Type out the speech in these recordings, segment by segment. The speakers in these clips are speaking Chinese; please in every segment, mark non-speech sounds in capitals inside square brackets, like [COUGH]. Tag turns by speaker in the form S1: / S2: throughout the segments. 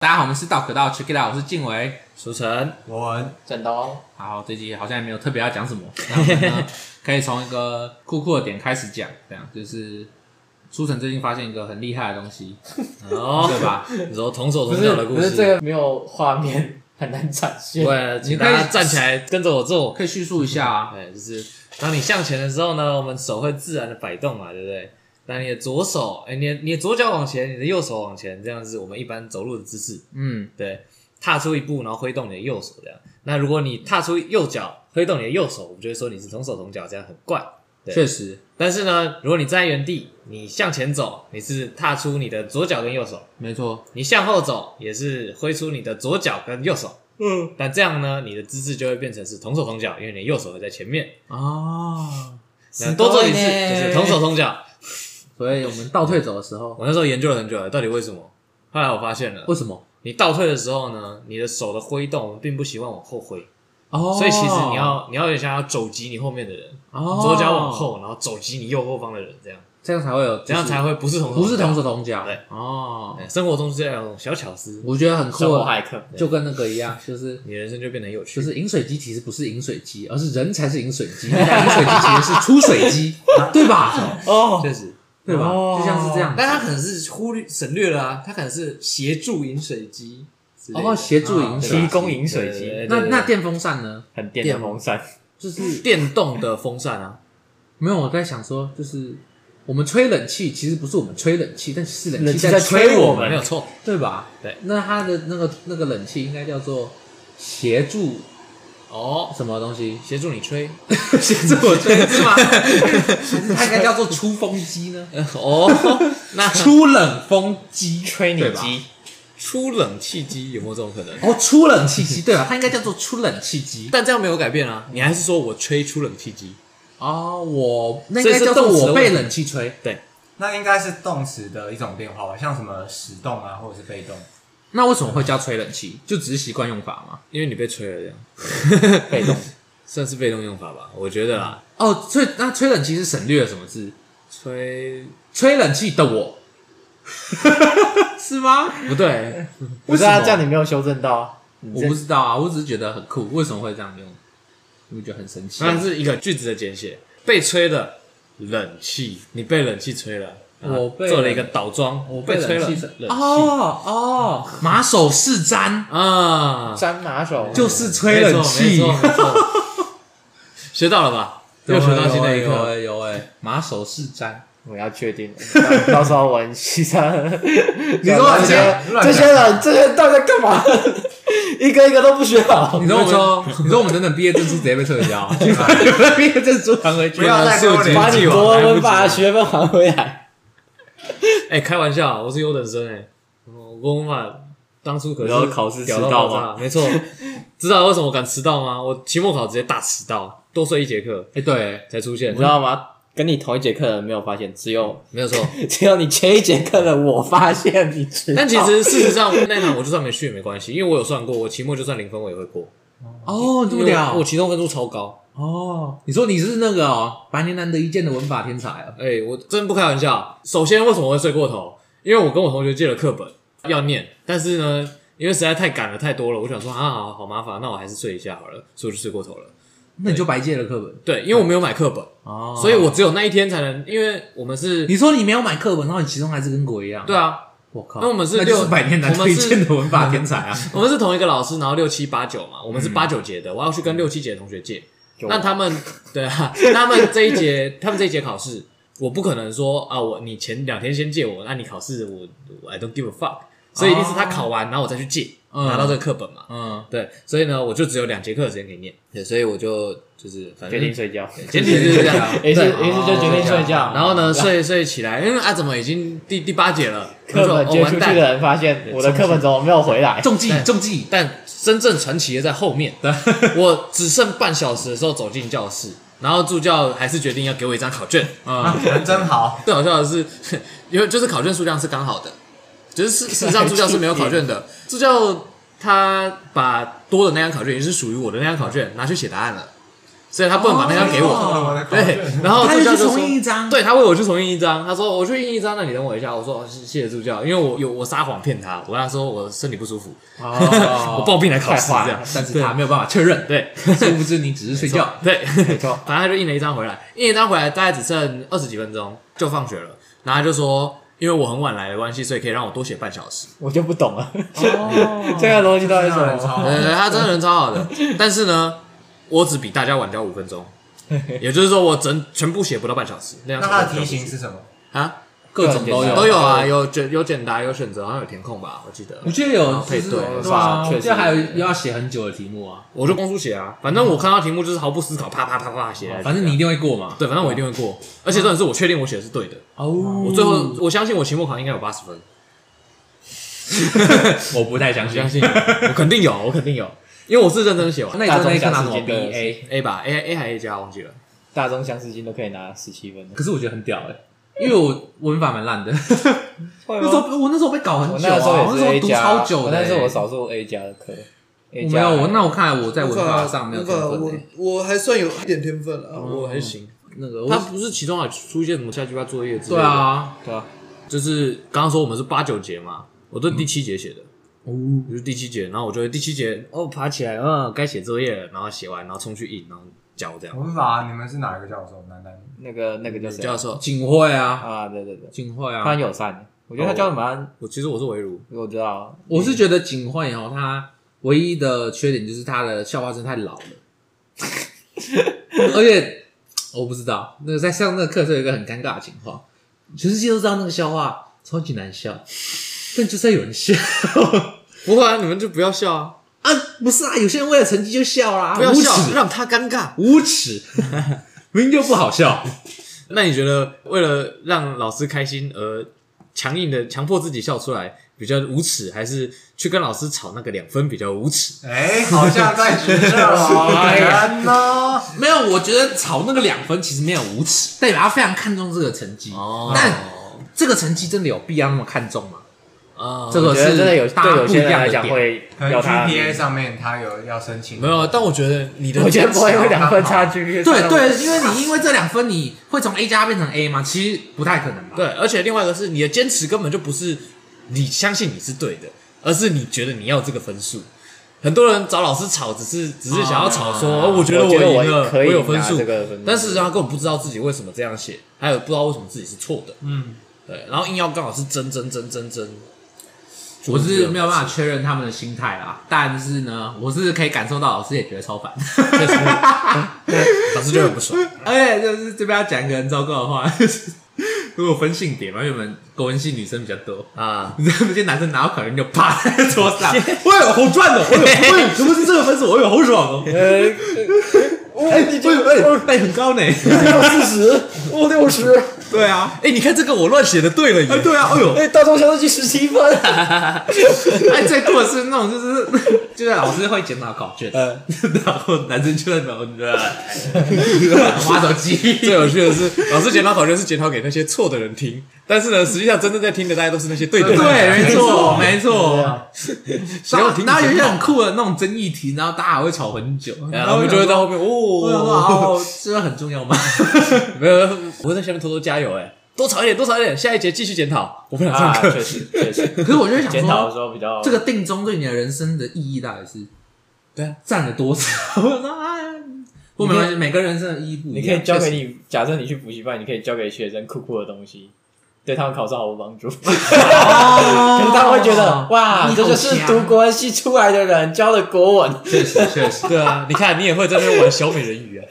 S1: 家好，我们是道可道 Check It Out，我是静伟。
S2: 舒晨，
S3: 罗文，
S4: 枕头，
S1: 好，这集好像也没有特别要讲
S2: [LAUGHS]
S1: 什么，那我们呢可以从一个酷酷的点开始讲，这样就是舒晨最近发现一个很厉害的东西，
S2: [LAUGHS] 哦，
S1: 对？吧？
S2: 你说同手
S4: 不
S2: 同
S4: 是
S2: 脚的故
S4: 不
S2: 事，
S4: 是这个没有画面，很难展现。
S2: 对，请
S1: 你可
S2: 大
S1: 以
S2: 家站起来跟着我做。
S1: 可以叙述一下啊。
S2: 对，哎就是当你向前的时候呢，我们手会自然的摆动嘛，对不对？那你的左手，哎、你的你的左脚往前，你的右手往前，这样是我们一般走路的姿势。
S1: 嗯，
S2: 对，踏出一步，然后挥动你的右手，这样。那如果你踏出右脚，挥动你的右手，我们就会说你是同手同脚，这样很怪。对
S1: 确实
S2: 但是呢，如果你站在原地，你向前走，你是踏出你的左脚跟右手；
S1: 没错，
S2: 你向后走，也是挥出你的左脚跟右手。嗯，但这样呢，你的姿势就会变成是同手同脚，因为你的右手会在前面。
S1: 哦，
S2: 那多做一次
S4: 死对
S2: 就
S4: 呢
S2: 是同手同脚。
S1: 所以我们倒退走的时候，
S2: 我那时候研究了很久了，到底为什么？后来我发现了
S1: 为，什么？
S2: 你倒退的时候呢，你的手的挥动我们并不习惯往后挥，
S1: 哦，
S2: 所以其实你要你要有点像要肘击你后面的人，
S1: 哦
S2: 左脚往，后，然后肘击你右后方的人，这样
S1: 这样才会有，
S2: 这样才会不是同手
S1: 不是
S2: 同
S1: 同
S2: 脚
S1: 手同脚。
S2: 对
S1: 哦，
S2: 对生活中是这样一种小巧思，
S1: 我觉得很酷
S4: 生活
S1: 啊，
S4: 骇客，
S1: 就跟那个一样，就是
S2: 你人生就变得很有趣。
S1: 就是饮水机其实不是饮水机，而是人才是饮水机。那台饮水机其实是出水机，对吧？
S4: 哦，
S2: 确实，
S1: 对吧？
S4: 哦
S1: 就像是这样。
S2: 但他可能是忽略省略了啊，他可能是协助饮水机之类的，
S1: 哦，协助饮水
S4: 提
S1: 机。
S4: 供饮水
S2: 对对
S4: 机，
S2: 对
S1: 那那电风扇呢？
S4: 很电的风扇，
S1: 就是
S2: 啊电动的风扇啊，
S1: 没有我在想说，就是我们吹冷气，其实不是我们吹冷气，但是冷
S4: 冷
S1: 气
S4: 气
S1: [LAUGHS] 在
S4: 在吹
S1: 我
S4: 我
S1: 们，
S4: 们
S2: 没有错。
S1: 对吧？
S2: 对。
S1: 那它的那个那个冷气应该叫做协助
S2: 哦，
S1: 什么东西？
S2: 协助 [LAUGHS] 你吹，
S1: 协助我吹是吗？它应该叫做出风机呢？
S2: 哦， [LAUGHS] 那
S1: 出冷风机，
S4: 吹
S1: 对
S4: 你
S1: 吧
S4: 机，
S2: 出冷气机有没有这种可能？
S1: 哦，出冷气机对吧？它应该叫做出冷气机。
S2: 但这样没有改变啊，你还是说我吹出冷气机？
S1: 哦，我那应
S2: 所以
S1: 该
S2: 是
S1: 叫做
S2: 动词
S1: 我
S2: 的
S1: 被
S2: 问题
S1: 冷气吹。
S3: 那应该是动词的一种变化吧，像什么使动啊，或者是被动。
S1: 那为什么会叫吹冷气？就只是习惯用法吗？
S2: 因为你被吹了，这样
S4: 被 [LAUGHS] 动，
S2: 算是被动用法吧？我觉得啦，
S1: 哦，所以那吹冷气是省略了什么字？
S2: 吹
S1: 吹冷气的我，是吗？
S2: 不对，
S4: 不是
S1: 为什
S4: 啊，
S1: 么
S4: 这样你没有修正到啊，你
S1: 我
S4: 这
S1: 不知道啊，我只是觉得很酷，为什么会这样用？你不觉得很神奇？
S2: 那是一个句子的简写。被吹了，冷气，你被冷气吹了，啊
S1: 我被
S2: 做了一个倒装，
S1: 我
S2: 被吹了，
S1: 冷
S2: 冷
S1: 气
S2: 气
S1: 哦哦，马首是瞻
S2: 啊，
S4: 沾马手
S1: 就是吹冷
S2: 没
S1: 气
S2: 错，。没错没错学到了吧？又学到新的一
S1: 有哎
S2: 课。
S1: 有哎，马首是瞻。
S4: 我要确定，到时候我很西山。 [LAUGHS] 你
S1: 说
S4: 这
S1: 这
S4: 些这
S3: 些
S4: 些人，这些人到底在干嘛？ [LAUGHS] 一个一个都不学好
S1: 你，说我们，你说我们等等毕业证书直接被撤销，毕业证书还回去
S3: 不。要再跟我
S2: 把
S4: 把
S3: 联
S2: 你 [LAUGHS]
S4: 你
S2: 国
S4: 国
S2: 文
S4: 文
S2: 把
S4: 把学分还回来。
S2: 哎、开玩笑，我是优等生哎、我国文法当初可
S4: 然后
S2: 是
S4: 考试迟
S2: 屌到
S4: 到
S2: 爆炸
S4: 吗？
S2: 没错，知道为什么我敢迟到吗？我期末考直接大迟到，多睡一节课
S1: 哎，对，
S2: 才出现
S4: 你知，道吗？跟你同一节课的人没有发现，只有
S2: 没有错。
S4: 只有你前一节课的我发现你迟到。
S2: 但其实事实上那堂我就算没去也没关系，因为我有算过，我期末就算零分我也会过，
S1: 哦，这么
S2: 因为我
S1: 屌
S2: 期中分数超高。
S1: 哦！你说你是那个哦，百年难得一见的文法天才哦。
S2: 哎、我真不开玩笑。首先为什么我会睡过头？因为我跟我同学借了课本要念，但是呢，因为实在太赶了太多了，我想说啊，好好麻烦，那我还是睡一下好了，所以我就睡过头了。
S1: 那你就白借了课本
S2: 对，因为我没有买课本。
S1: 哦
S2: 所以我只有那一天才能，因为我们是，
S1: 你说你没有买课本，然后你其中还是跟鬼一样。
S2: 对，啊，
S1: 我靠，
S2: 那我们是
S1: 那就是
S2: 六
S1: 百年难
S2: 我
S1: 得
S2: 们
S1: 一
S2: 是
S1: 见的文法天才啊。
S2: [LAUGHS] 我们是同一个老师，然后六七八九嘛，我们
S1: 嗯
S2: 是八九节的，我要去跟六七节的同学借，
S4: 有
S2: 那他们对啊，那他们这一节， [LAUGHS] 他们这一节考试，我不可能说啊，我你前两天先借我，那你考试我我 I don't give a fuck，所以一定是他考完，然后我再去借，
S1: 嗯
S2: 拿到这个课本嘛，
S1: 嗯，
S2: 对，所以呢，我就只有两节课的时间可以念，哦对，所以我就就是反
S4: 决
S2: 正
S4: 定睡觉，
S2: 简体 [LAUGHS] 就是这样，
S4: 于是
S2: 对
S4: 于是就决
S1: 哦
S4: 定睡觉。
S2: 然后 [LAUGHS] 呢，睡睡起来，因为啊，怎么已经第第八节了？
S4: 课本
S2: 我说
S4: 借
S2: 哦
S4: 出
S2: 完
S4: 去
S2: 蛋
S4: 的人发现我的课本怎么没有回来？
S1: 中计
S2: 对
S1: 中计，
S2: 但真正传奇的在后面。我只剩半小时的时候走进教室，然后助教还是决定要给我一张考卷。
S3: 啊，人真好，
S2: 最好笑的是，因为就是考卷数量是刚好的，就是事事实上助教是没有考卷的。助教他把多的那张考卷，也就是属于我的那张考卷，拿去写答案了。所以他不能把那张给我。
S3: 哦
S2: 对，然后
S1: 他
S2: 助
S1: 就
S2: 教
S1: 去
S2: 就说
S1: 重印一张，
S2: 对他为我去重印一张，他说我去印一张，那你等我一下。我说哦谢谢谢助教，因为我有我撒谎骗他，我跟他说我身体不舒服， [LAUGHS] 我
S1: 我
S2: 抱病来考
S1: 快
S2: 试
S1: 话了
S2: 这样，，
S1: 哦但是他没有办法确认， [LAUGHS]
S2: 对
S1: 殊不知你只是睡觉。
S2: 对，
S4: 没错，
S2: [LAUGHS] 反正他就印了一张回来，印了一张回来大概只剩二十几分钟就放学了，然后他就说因为我很晚来的关系，所以可以让我多写半小时。
S4: 我就不懂了，
S1: 哦
S4: [LAUGHS] 这个东西到底是什
S3: 哦
S4: 么？
S2: 对对对，他真的人超好的，但是呢，我只比大家晚交五分钟，也就是说我整全部写不到半小时。那样
S3: 那他的题型是什么？
S2: 啊，
S1: 各种都有，
S2: 都有啊，。有简有简答，有选择，好像有填空吧，我记得。
S1: 我记得有
S2: 配
S1: 就是
S2: 对
S1: 对啊，
S4: 确实
S1: 我记得还有要写很久的题目啊，
S2: 我就光速写啊，反正我看到题目就是毫不思考，啪啪啪啪写。
S1: 反正你一定会过嘛。
S2: 对，反正我一定会过，而且重点是我确定我写的是对的。
S1: 哦，
S2: 我
S1: 我
S2: 最后我相信我期末考应该有八十分，
S1: [LAUGHS] 我不太相
S2: 我
S1: 信
S2: 相。信我肯定有，我肯定有，因为我是认真写完。
S1: 那你知道那一科拿什哎
S4: 大众
S1: 么
S4: 小世
S1: B
S4: 界
S1: A？
S2: A 吧，A A 还 A 加忘记了，
S4: 大众相似性都可以拿十七分的
S1: 可，是我觉得很屌哎、因为我文法蛮烂的，
S4: 会
S1: 那时
S4: 吗？
S1: 候我那时候被搞很
S4: 我
S1: 久
S4: 那
S1: 啊，
S4: 时候
S1: 我那时
S4: 也是
S1: 候
S4: A
S1: 读
S4: 加，
S1: 超久
S4: 我
S1: 的、欸。
S4: 那是我少数 A 加的课，A
S1: 我没
S4: 加欸
S1: 有，我那我看来我在文
S5: 无法
S1: 法上没有天
S5: 无法
S1: 分、欸。
S5: 我我还算有一点天分
S3: 哦
S5: 了。
S2: 我还行。
S1: 那个
S2: 哦嗯他
S1: 我
S2: 不是其中还出现什么下句话作业之类
S1: 对
S2: 的，
S1: 啊，
S4: 对啊，
S2: 就是刚刚说我们是八九节嘛，我都第七节写的，
S1: 嗯哦，
S2: 我就是第七节，然后我就会第七节哦爬起来，嗯，该写作业了，然后写完，然后冲去印，然后交这样。
S1: 哦
S3: 我不知道啊，你们是哪一个教授？南南
S4: 那个那个叫谁
S2: 教
S4: 啊？
S2: 授，
S1: 警会啊，
S4: 啊，对对对，
S1: 警会啊
S4: 潘，友善，我觉得他教什么，啊
S2: 我其实我是围炉，
S4: 我知道，
S1: 我
S2: 嗯
S1: 是觉得警会哦，他唯一的缺点就是他的校花真的太老了， [LAUGHS] 而且我不知道那个在上那个课的时候有一个很尴尬的情况，全世界都知道那个笑话超级难笑，但就是要有人笑。 [LAUGHS]
S2: 不会啊，你们就不要笑啊，
S1: 啊，不是啊，有些人为了成绩就笑啦，
S2: 不要
S1: 啊无
S2: 笑，啊
S1: 耻，
S2: 让他尴尬。
S1: 无耻，明明就不好笑。
S2: 那你觉得为了让老师开心而强硬的强迫自己笑出来比较无耻，还是去跟老师吵那个两分比较无耻？
S3: 哎，好像在学校哦，
S1: 哎呀
S3: 人呢？
S1: 没有，我觉得炒那个两分其实没有无耻，代表他非常看重这个成绩。
S2: 哦
S1: 但这个成绩真的有必要那么看重吗？
S2: 啊、
S1: 这
S4: 我
S1: 个
S4: 觉得
S1: 是
S4: 真的有
S1: 大家
S4: 对有
S1: 不一
S4: 些人
S1: 样
S4: 来
S1: 的
S4: 讲
S1: 点。
S4: 会
S3: 可能
S4: 要他
S3: GPA 上面他有要申请，
S2: 没有，啊但我觉得啊你的
S4: 我觉得不会有两分差
S2: 距。
S4: 距，因为
S1: 对
S4: 他
S1: 对，因为你因为这两分，你会从 A 加变成 A 吗？其实不太可能吧。
S2: 对，而且另外一个是你的坚持根本就不是你相信你是对的，而是你觉得你要这个分数。很多人找老师吵，只是只是想要吵说，
S1: 啊
S2: 哦我觉得
S4: 我觉得
S2: 赢
S4: 我
S2: 了，我
S4: 可以
S2: 有分
S4: 拿
S2: 数
S4: 这个分数
S2: 但事实上他根本不知道自己为什么这样写，还有不知道为什么自己是错的。嗯，对，然后硬要跟老师争争争争争，
S1: 我是没有办法确认他们的心态啦，但是呢，我是可以感受到老师也觉得超烦。
S2: 确实老师就很
S1: [LAUGHS]
S2: 不爽。
S1: 而且哎就是这边要讲一个很糟糕的话， [LAUGHS] 就是如果分性别嘛，因为我们国文系女生比较多，
S2: 啊，
S1: 你知道那些男生拿到考卷就趴在桌 [LAUGHS] 上，我有好赚 [LAUGHS] 的，我有，我有，怎么是这个分数？我有好爽
S2: [LAUGHS]
S1: 哦，
S4: 呃，
S1: 哎，你就哎哎很高呢，
S4: 我四十，我六十，
S1: 对啊，
S2: 哎、你看这个我乱写的对了耶，
S1: 哎对啊，哎呦，
S4: 哎，大众相似性十七分，
S1: 哎最酷的是那种就是就是老师会检讨考卷，
S4: 呃，
S1: 然后男生就在那边划手机，
S2: 最有趣的是，老师检讨考卷是检讨给那些错的人听，但是呢，实际上真正在听的大家都是那些对的
S1: 对，
S2: 人。
S1: 没错没错，然
S2: 要
S1: 后
S2: 听
S1: 然后有
S2: 你
S1: 些
S2: 检讨
S1: 很酷的那种争议题，然后大家还会吵很久，
S2: 然后我们就会到后面
S1: 我想说
S2: 哦，
S1: 哦，这个很重要吗？
S2: 没有，我会在下面偷偷加油，哎，多吵一点，多吵一点，下一节继续检讨，我不想上
S4: 啊，
S2: 课
S4: 确。实确实，
S1: [LAUGHS] 可是我就会想
S4: 检讨的
S1: 说，
S4: 时候比较
S1: 这个定中对你的人生的意义到底是
S2: 对啊，
S1: 占了多少？ [LAUGHS] 我说哎，不没关系，每个人生的意义不一
S4: 你
S1: 样。
S4: 可以交给
S1: 确实
S4: 你，假设你去补习班，你可以交给学生酷酷的东西，对他们考试毫无帮助。
S1: 哦，
S4: 可是他们会觉得，哇，
S1: 你
S4: 这就
S1: 好
S4: 是
S1: 强啊
S4: 读国文系出来的人教的国文，
S1: 确实确实，
S2: 对啊，你看你也会在那边玩小美人鱼啊，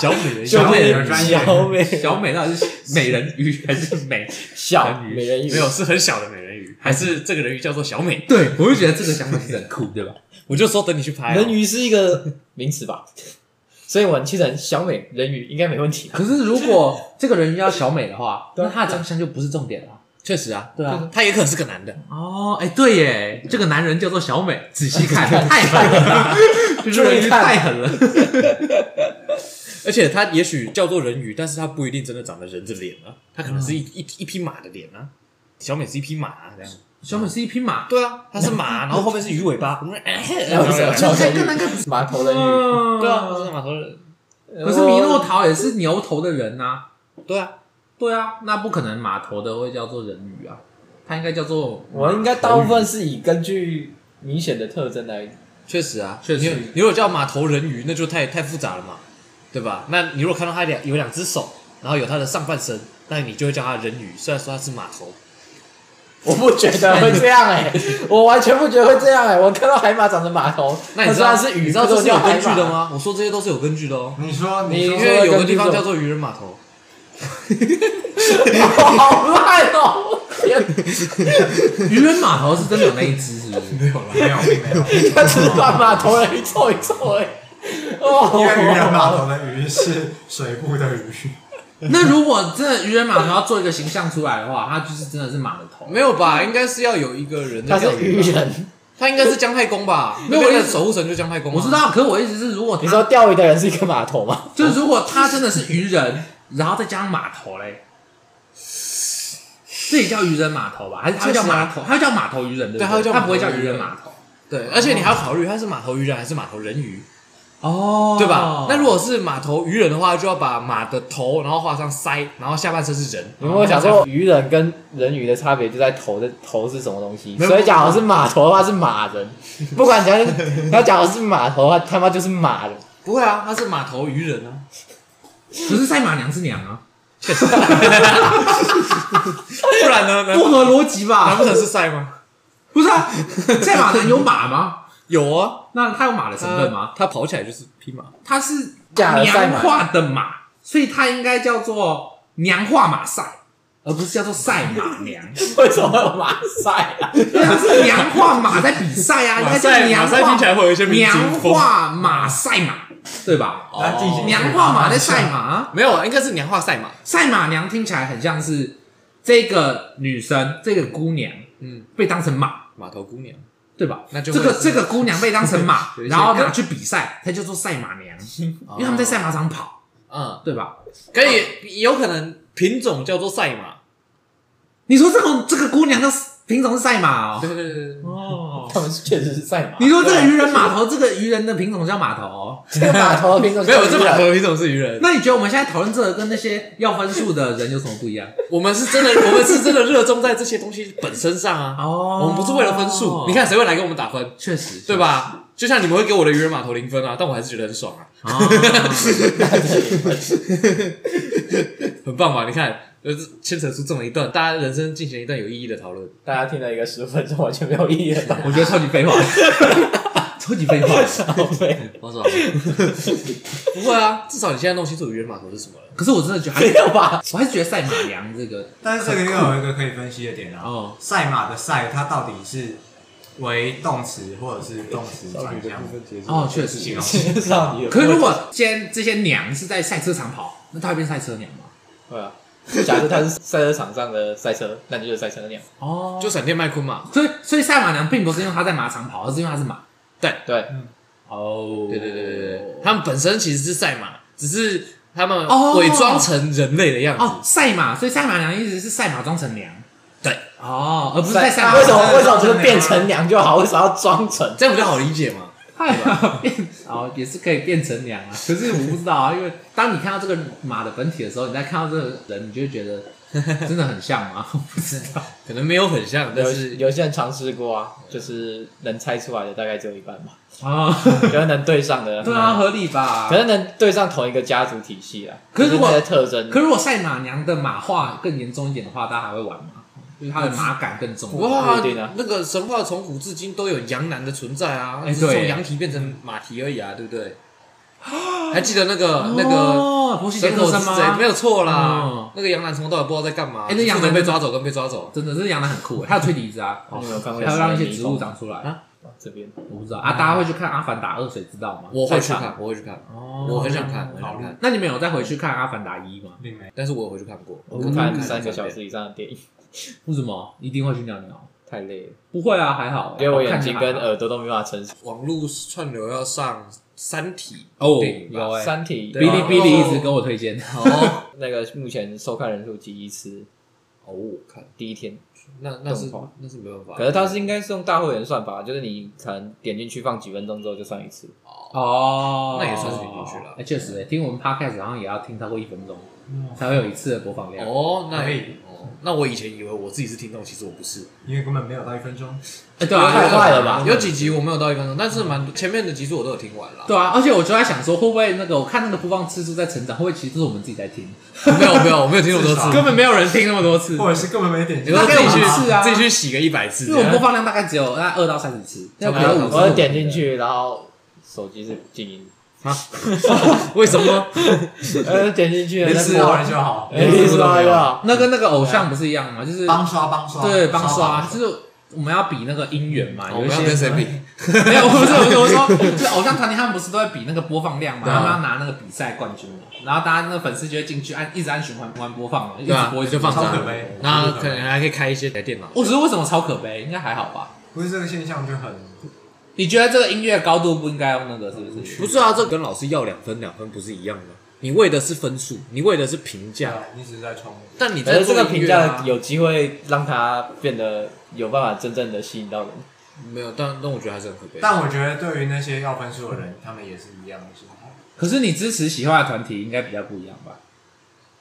S2: 小美人鱼，
S4: 就
S1: 小美
S4: 是
S1: 人
S3: 专业
S4: 小美
S1: 小美到底是美人鱼还是美？
S4: 小美人鱼
S2: 没有是很小的美人鱼，还是这个人鱼叫做小美？
S1: 对，我就觉得这个想法是很酷， [LAUGHS] 对吧？
S2: 我就说等你去拍哦
S4: 人鱼是一个名词吧？ [LAUGHS] 所以我们其成小美人鱼应该没问题。
S1: 可是如果这个人要小美的话，那她的长相就不是重点了。
S2: 确实啊，
S1: 对啊，
S2: 他也可能是个男的，
S1: 哦，哎，对耶，这个男人叫做小美，仔细看，太狠了，这个人鱼太狠了。
S2: 而且他也许叫做人鱼，但是他不一定真的长得人的脸啊，他可能是一一一匹马的脸啊，小美是一匹马啊，这样。
S1: 小美是一匹马，
S2: 对啊，它是马，然后后面是鱼尾巴，
S4: 然后
S2: 对
S4: 小
S1: 这
S4: 小
S1: 个
S4: 人
S1: 跟那
S4: 鱼
S1: 个
S4: 码头人鱼，哦
S1: 对
S2: 啊，它是马头人。
S1: 哦可是米诺陶也是牛头的人呐、
S4: 对啊，
S1: 对啊，那不可能马头的会叫做人鱼啊，它应该叫 [LAUGHS] 做
S4: 我应该大部分是以根据明显的特征来，
S2: 确实啊，
S1: 确实
S2: 你你如果叫马头人鱼，那就太太复杂了嘛，对吧？那你如果看到它两有两只手，然后有它的上半身，那你就会叫它人鱼。虽然说它是马头，
S4: 我不觉得会这样
S2: [LAUGHS]
S4: 哎、我完全不觉得会这样哎、我看到海马长成马头，
S2: 那你知道
S4: 它是鱼，
S2: 你知道
S4: 可
S2: 这
S4: 是我
S2: 是有
S4: 叫海
S2: 根
S4: 马
S2: 据的？吗？我说这些都是有根据的哦，
S3: 你说
S4: 你
S3: 你
S2: 因
S3: 说
S2: 为有个地方叫做渔人码头。
S1: [LAUGHS]
S4: [LAUGHS] 好烂哦、天
S1: 渔人码头是真的有那一只，是不
S2: [LAUGHS]
S1: 是？没有了，
S3: 没有并没有，
S4: [LAUGHS] 他只是把码头人鱼凑一凑哎、哦，
S3: 因为渔人码头的鱼是水部的鱼，
S1: 那如果真的渔人码头要做一个形象出来的话，它就是真的是马的头。
S2: 没有吧？应该是要有一个人
S4: 他
S2: 在钓
S4: 是
S2: 鱼
S4: 鱼
S2: 吧，
S4: 人，
S2: 他应该是姜太公吧？
S1: 没有
S2: 那
S1: 我
S2: 边
S1: 一
S2: 的
S1: 直
S2: 守护神就姜太公啊。
S1: 我知道，可我意思是，如果
S4: 你说
S1: 他
S4: 钓鱼的人是一个码头吗？
S1: 就是如果他真的是渔人，然后再加上码头嘞，这也叫渔人码头吧？还是他叫码头？他叫码头渔人对不
S2: 啊对他叫
S1: 他不会叫
S2: 码头
S1: 渔
S2: 渔人
S1: 人码头
S2: 对，而且你还要考虑他是码头渔人还是码头人鱼，
S1: 哦
S2: 对吧？那如果是码头渔人的话，就要把马的头，然后画上鳃，然后下半身是人。
S4: 你有没有想过鱼人跟人鱼的差别就在头的头是什么东西？
S2: 没有
S4: 所以假如是码头的话是马人，不管讲他假如是码头的话他妈就是马人。
S2: 不会啊，他是码头渔人啊。
S1: 可是赛马娘是娘
S2: [LAUGHS]
S1: 啊，
S2: 不然呢？难
S1: 不合逻辑
S2: 难
S4: [LAUGHS]
S1: 吧？
S2: 不成是赛吗？
S1: 不是啊，赛马娘有马吗？
S2: 有啊，呃
S1: 那他有马的成分吗？
S2: 他跑起来就是匹马。
S1: 它是
S4: 假的赛
S1: 娘
S4: 马
S1: 化的马，所以它应该叫做娘化马赛，而不是叫做赛马娘，
S4: 为什么有马赛啊？
S1: 因为它是娘化马在比赛啊，应该叫娘化
S2: 会有一些
S1: 娘化马赛马，对吧？
S2: 哦
S1: 哦
S3: 那
S2: 哎
S3: 进行
S1: 娘化马在赛马啊，
S2: 没有啊，应该是娘化赛马。
S1: 赛马娘听起来很像是这个女生，这个姑娘，
S2: 嗯，
S1: 被当成马，
S2: 码头姑娘，
S1: 对吧？
S2: 那就
S1: 这
S2: 会
S1: 个这个姑娘被当成马
S2: [LAUGHS] 有，一些
S1: 然后拿去比赛，她叫做赛马
S2: [LAUGHS]
S1: 娘，因为他们在赛马场跑，
S2: 嗯，
S1: 对吧？
S2: 可以有可能品种叫做赛马。
S1: 你说这种这个姑娘的品种是赛马哦？
S2: 对对对对，
S1: 哦，
S4: 他们确实是赛马。
S1: 你说这个渔人码头，这个渔人的品种叫码头、哦，
S4: [LAUGHS] 这个码头的品种
S2: 没有这码
S4: 头
S2: 头的品种是渔啊人。
S1: 那你觉得我们现在讨论这个跟那些要分数的人有什么不一样？
S2: 我们是真的，我们是真的热衷在这些东西本身上啊。
S1: 哦
S2: 我们不是为了分数，你看谁会来给我们打分，
S1: 确实
S2: 对？吧？就像你们会给我的渔人码头零分啊，但我还是觉得很爽啊，
S1: 哦
S2: 很棒吧？你看，呃，牵扯出这么一段，大家人生进行一段有意义的讨论。
S4: 大家听了一个十分钟完全没有意义的。
S1: [LAUGHS] 我觉得超级废话，超级废话。
S4: 对，
S2: 我爽，不会啊，至少你现在弄清楚渔人码头是什么了。
S1: 可是我真的觉得还
S4: 没
S1: 是，
S4: 有吧？
S1: 我还是觉得赛马娘这个
S3: 但是这个又有一个可以分析的点啊，
S1: 哦，
S3: 赛马的赛它到底是为动词或者是动词转向？
S1: 哦，确实
S3: 形容词
S4: 少女。
S1: 可是如果今天这些娘是在赛车场跑，那她会变赛车娘吗？
S4: 对啊，假设他是赛车场上的赛车，那你就是赛车鸟。
S1: 哦，
S2: 就闪电麦昆嘛，
S1: 所以所以赛马娘并不是因为她在马场跑，而是因为她是马。
S4: 对，
S1: 哦，
S2: 对对对对对，他们本身其实是赛马，只是他们
S1: 哦
S2: 伪装成人类的样子。
S1: 哦，赛马，所以赛马娘一直是赛马装成娘，
S2: 对，
S1: 哦，而不是在赛马
S4: 为什么为什么就是变成娘就好？为什么要装成？
S2: 这样比较好理解嘛。
S1: 么变哦，也是可以变成娘啊。可是我不知道啊，因为当你看到这个马的本体的时候，你再看到这个人，你就会觉 [LAUGHS] 得真的很像吗？我不知道。
S2: 可能没有很像，
S1: 啊
S2: 但
S4: 有
S2: 是
S4: 有些人尝试过啊，就是能猜出来的大概只有一半吧，
S1: 哦，
S4: 觉得能对上的，
S1: 对啊，，合理吧
S4: 可？能能对上同一个家族体系啊。
S1: 可是如果
S4: 就是那些特征，
S1: 可如果赛马娘的马化更严重一点的话，大家还会玩吗？因为它的马感更重。
S2: 哇
S4: 不一定啊，
S2: 那个神话从古至今都有羊男的存在啊，
S1: 哎
S2: 只是从
S1: 对
S2: 羊蹄变成马蹄而已啊，对不对？还记得那个那个
S1: 哦波西杰
S2: 神
S1: 克
S2: 口
S1: 森
S2: 是谁？
S1: 吗
S2: 没？有错啦
S1: 嗯，
S2: 那个羊男从头到尾不知道在干嘛，
S1: 哎那羊
S2: 负
S1: 男
S2: 责被抓走跟被抓走，
S1: 真的，这养的很酷耶，还有吹笛子啊，
S4: 哦你有没有看过
S1: 还有让一些
S4: 什么
S1: 植物长出来。
S4: 哦这边
S1: 我不知道啊，大家会去看《阿凡达二》，谁知道吗？
S2: 我会去
S1: 在场
S2: 看，我会去看，
S1: 哦
S2: 我很想看，我很想看，
S1: 那你们有再回去看《阿凡达一》吗？
S3: 并没
S2: 但是我有回去看过，
S4: 我们看三个
S2: 遍
S4: 小时以上的电影
S1: 为什么一定会去尿尿？
S4: [LAUGHS] 太累了，哦
S1: 不会啊，还好，
S4: 因为我眼
S1: 看起
S4: 睛
S1: 来
S4: 跟
S1: 还好
S4: 耳朵都没办法承受。
S2: 网络串流要上《三体》
S1: 哦
S2: 电影吧
S1: 有哎，
S4: 三体
S1: 哔哩
S2: 啊
S1: 哦
S4: [LAUGHS]
S1: 哔哩一直跟我推荐，
S2: 哦
S4: 那个目前收看人数第一次，哦，我看第一天，
S2: 那那是
S4: 动画
S2: 那是没办法。
S4: 可是它是应该是用大会员算法，就是你可能点进去放几分钟之后就算一次。
S1: 哦，
S2: 那也算是进去了
S1: 哎确实、哎听我们 podcast 好像也要听超过一分钟，才会有一次的播放量。
S2: 哦，那
S3: 可以
S2: 哦，那我以前以为我自己是听众，其实我不是。
S3: 因为根本没有到一分钟。
S1: 哎对啊，
S4: 太快了吧
S2: 有几集我没有到一分钟，但是蛮多前面的集数我都有听完了。
S1: 对啊，而且我就在想说，会不会那个我看那个播放次数在成长，会不会其实都是我们自己在听，
S2: 没有没有，我没有听那么多 [LAUGHS] 次，
S1: 根本没有人听那么多次，
S3: 或者是根本没点
S2: 你
S3: 进
S2: 说
S3: 去。
S2: 自己
S1: 大概五
S2: 去
S1: 次啊
S2: 自己去洗个一百次
S1: [LAUGHS] 因为
S2: 这
S1: 我们播
S2: 样，
S1: 放量大概只有那二到三十次，要不
S4: 然
S1: 要五
S4: 后我
S1: 次？
S4: 就点进去，然后手机是静 [LAUGHS] 音，
S2: 为什 [LAUGHS] 么？
S4: 呃，点进去了，
S3: 没事，玩就好。
S4: 哎，你刷一个，
S1: 那跟那个偶像不是一样吗？就是
S3: 帮刷帮刷，
S1: 对帮刷，
S3: 啊帮
S1: 就是我们要比那个姻缘嘛，
S2: 哦我
S1: 有一
S2: 们要
S1: 些
S2: 跟谁比？
S1: [LAUGHS] 没有，不是，我是我
S2: [LAUGHS]
S1: 说，就是偶像团体他们不是都会比那个播放
S2: 啊
S1: 量嘛，他们要拿那个比赛冠军嘛，然后大家那个粉丝就会进去按一直按循环玩播放嘛，一直
S2: 对啊
S1: 播一直
S2: 就放
S1: 播
S3: 超
S2: 着
S3: 可悲。
S2: 那可能还可以开一些台电脑。
S1: 我只是为什么超可悲？应该还好吧？
S3: 不是这个现象就很
S1: 你觉得这个音乐高度不应该用那个是不是？
S2: 不是啊，这跟老师要两分两分不是一样的吗？你为的是分数，你为的是评
S3: 对
S2: 价，
S3: 啊，一直在冲。
S2: 但你
S4: 可
S2: 在
S4: 是
S2: 做
S4: 哎这个
S2: 音
S4: 评
S2: 乐啊
S4: 价有机会让它变得有办法真正的吸引到人。
S2: 没有，但但我觉得还是很可悲。
S3: 但我觉得对于那些要分数的人，他们也是一样的心态。
S1: 可是你支持喜欢的团体应该比较不一样吧？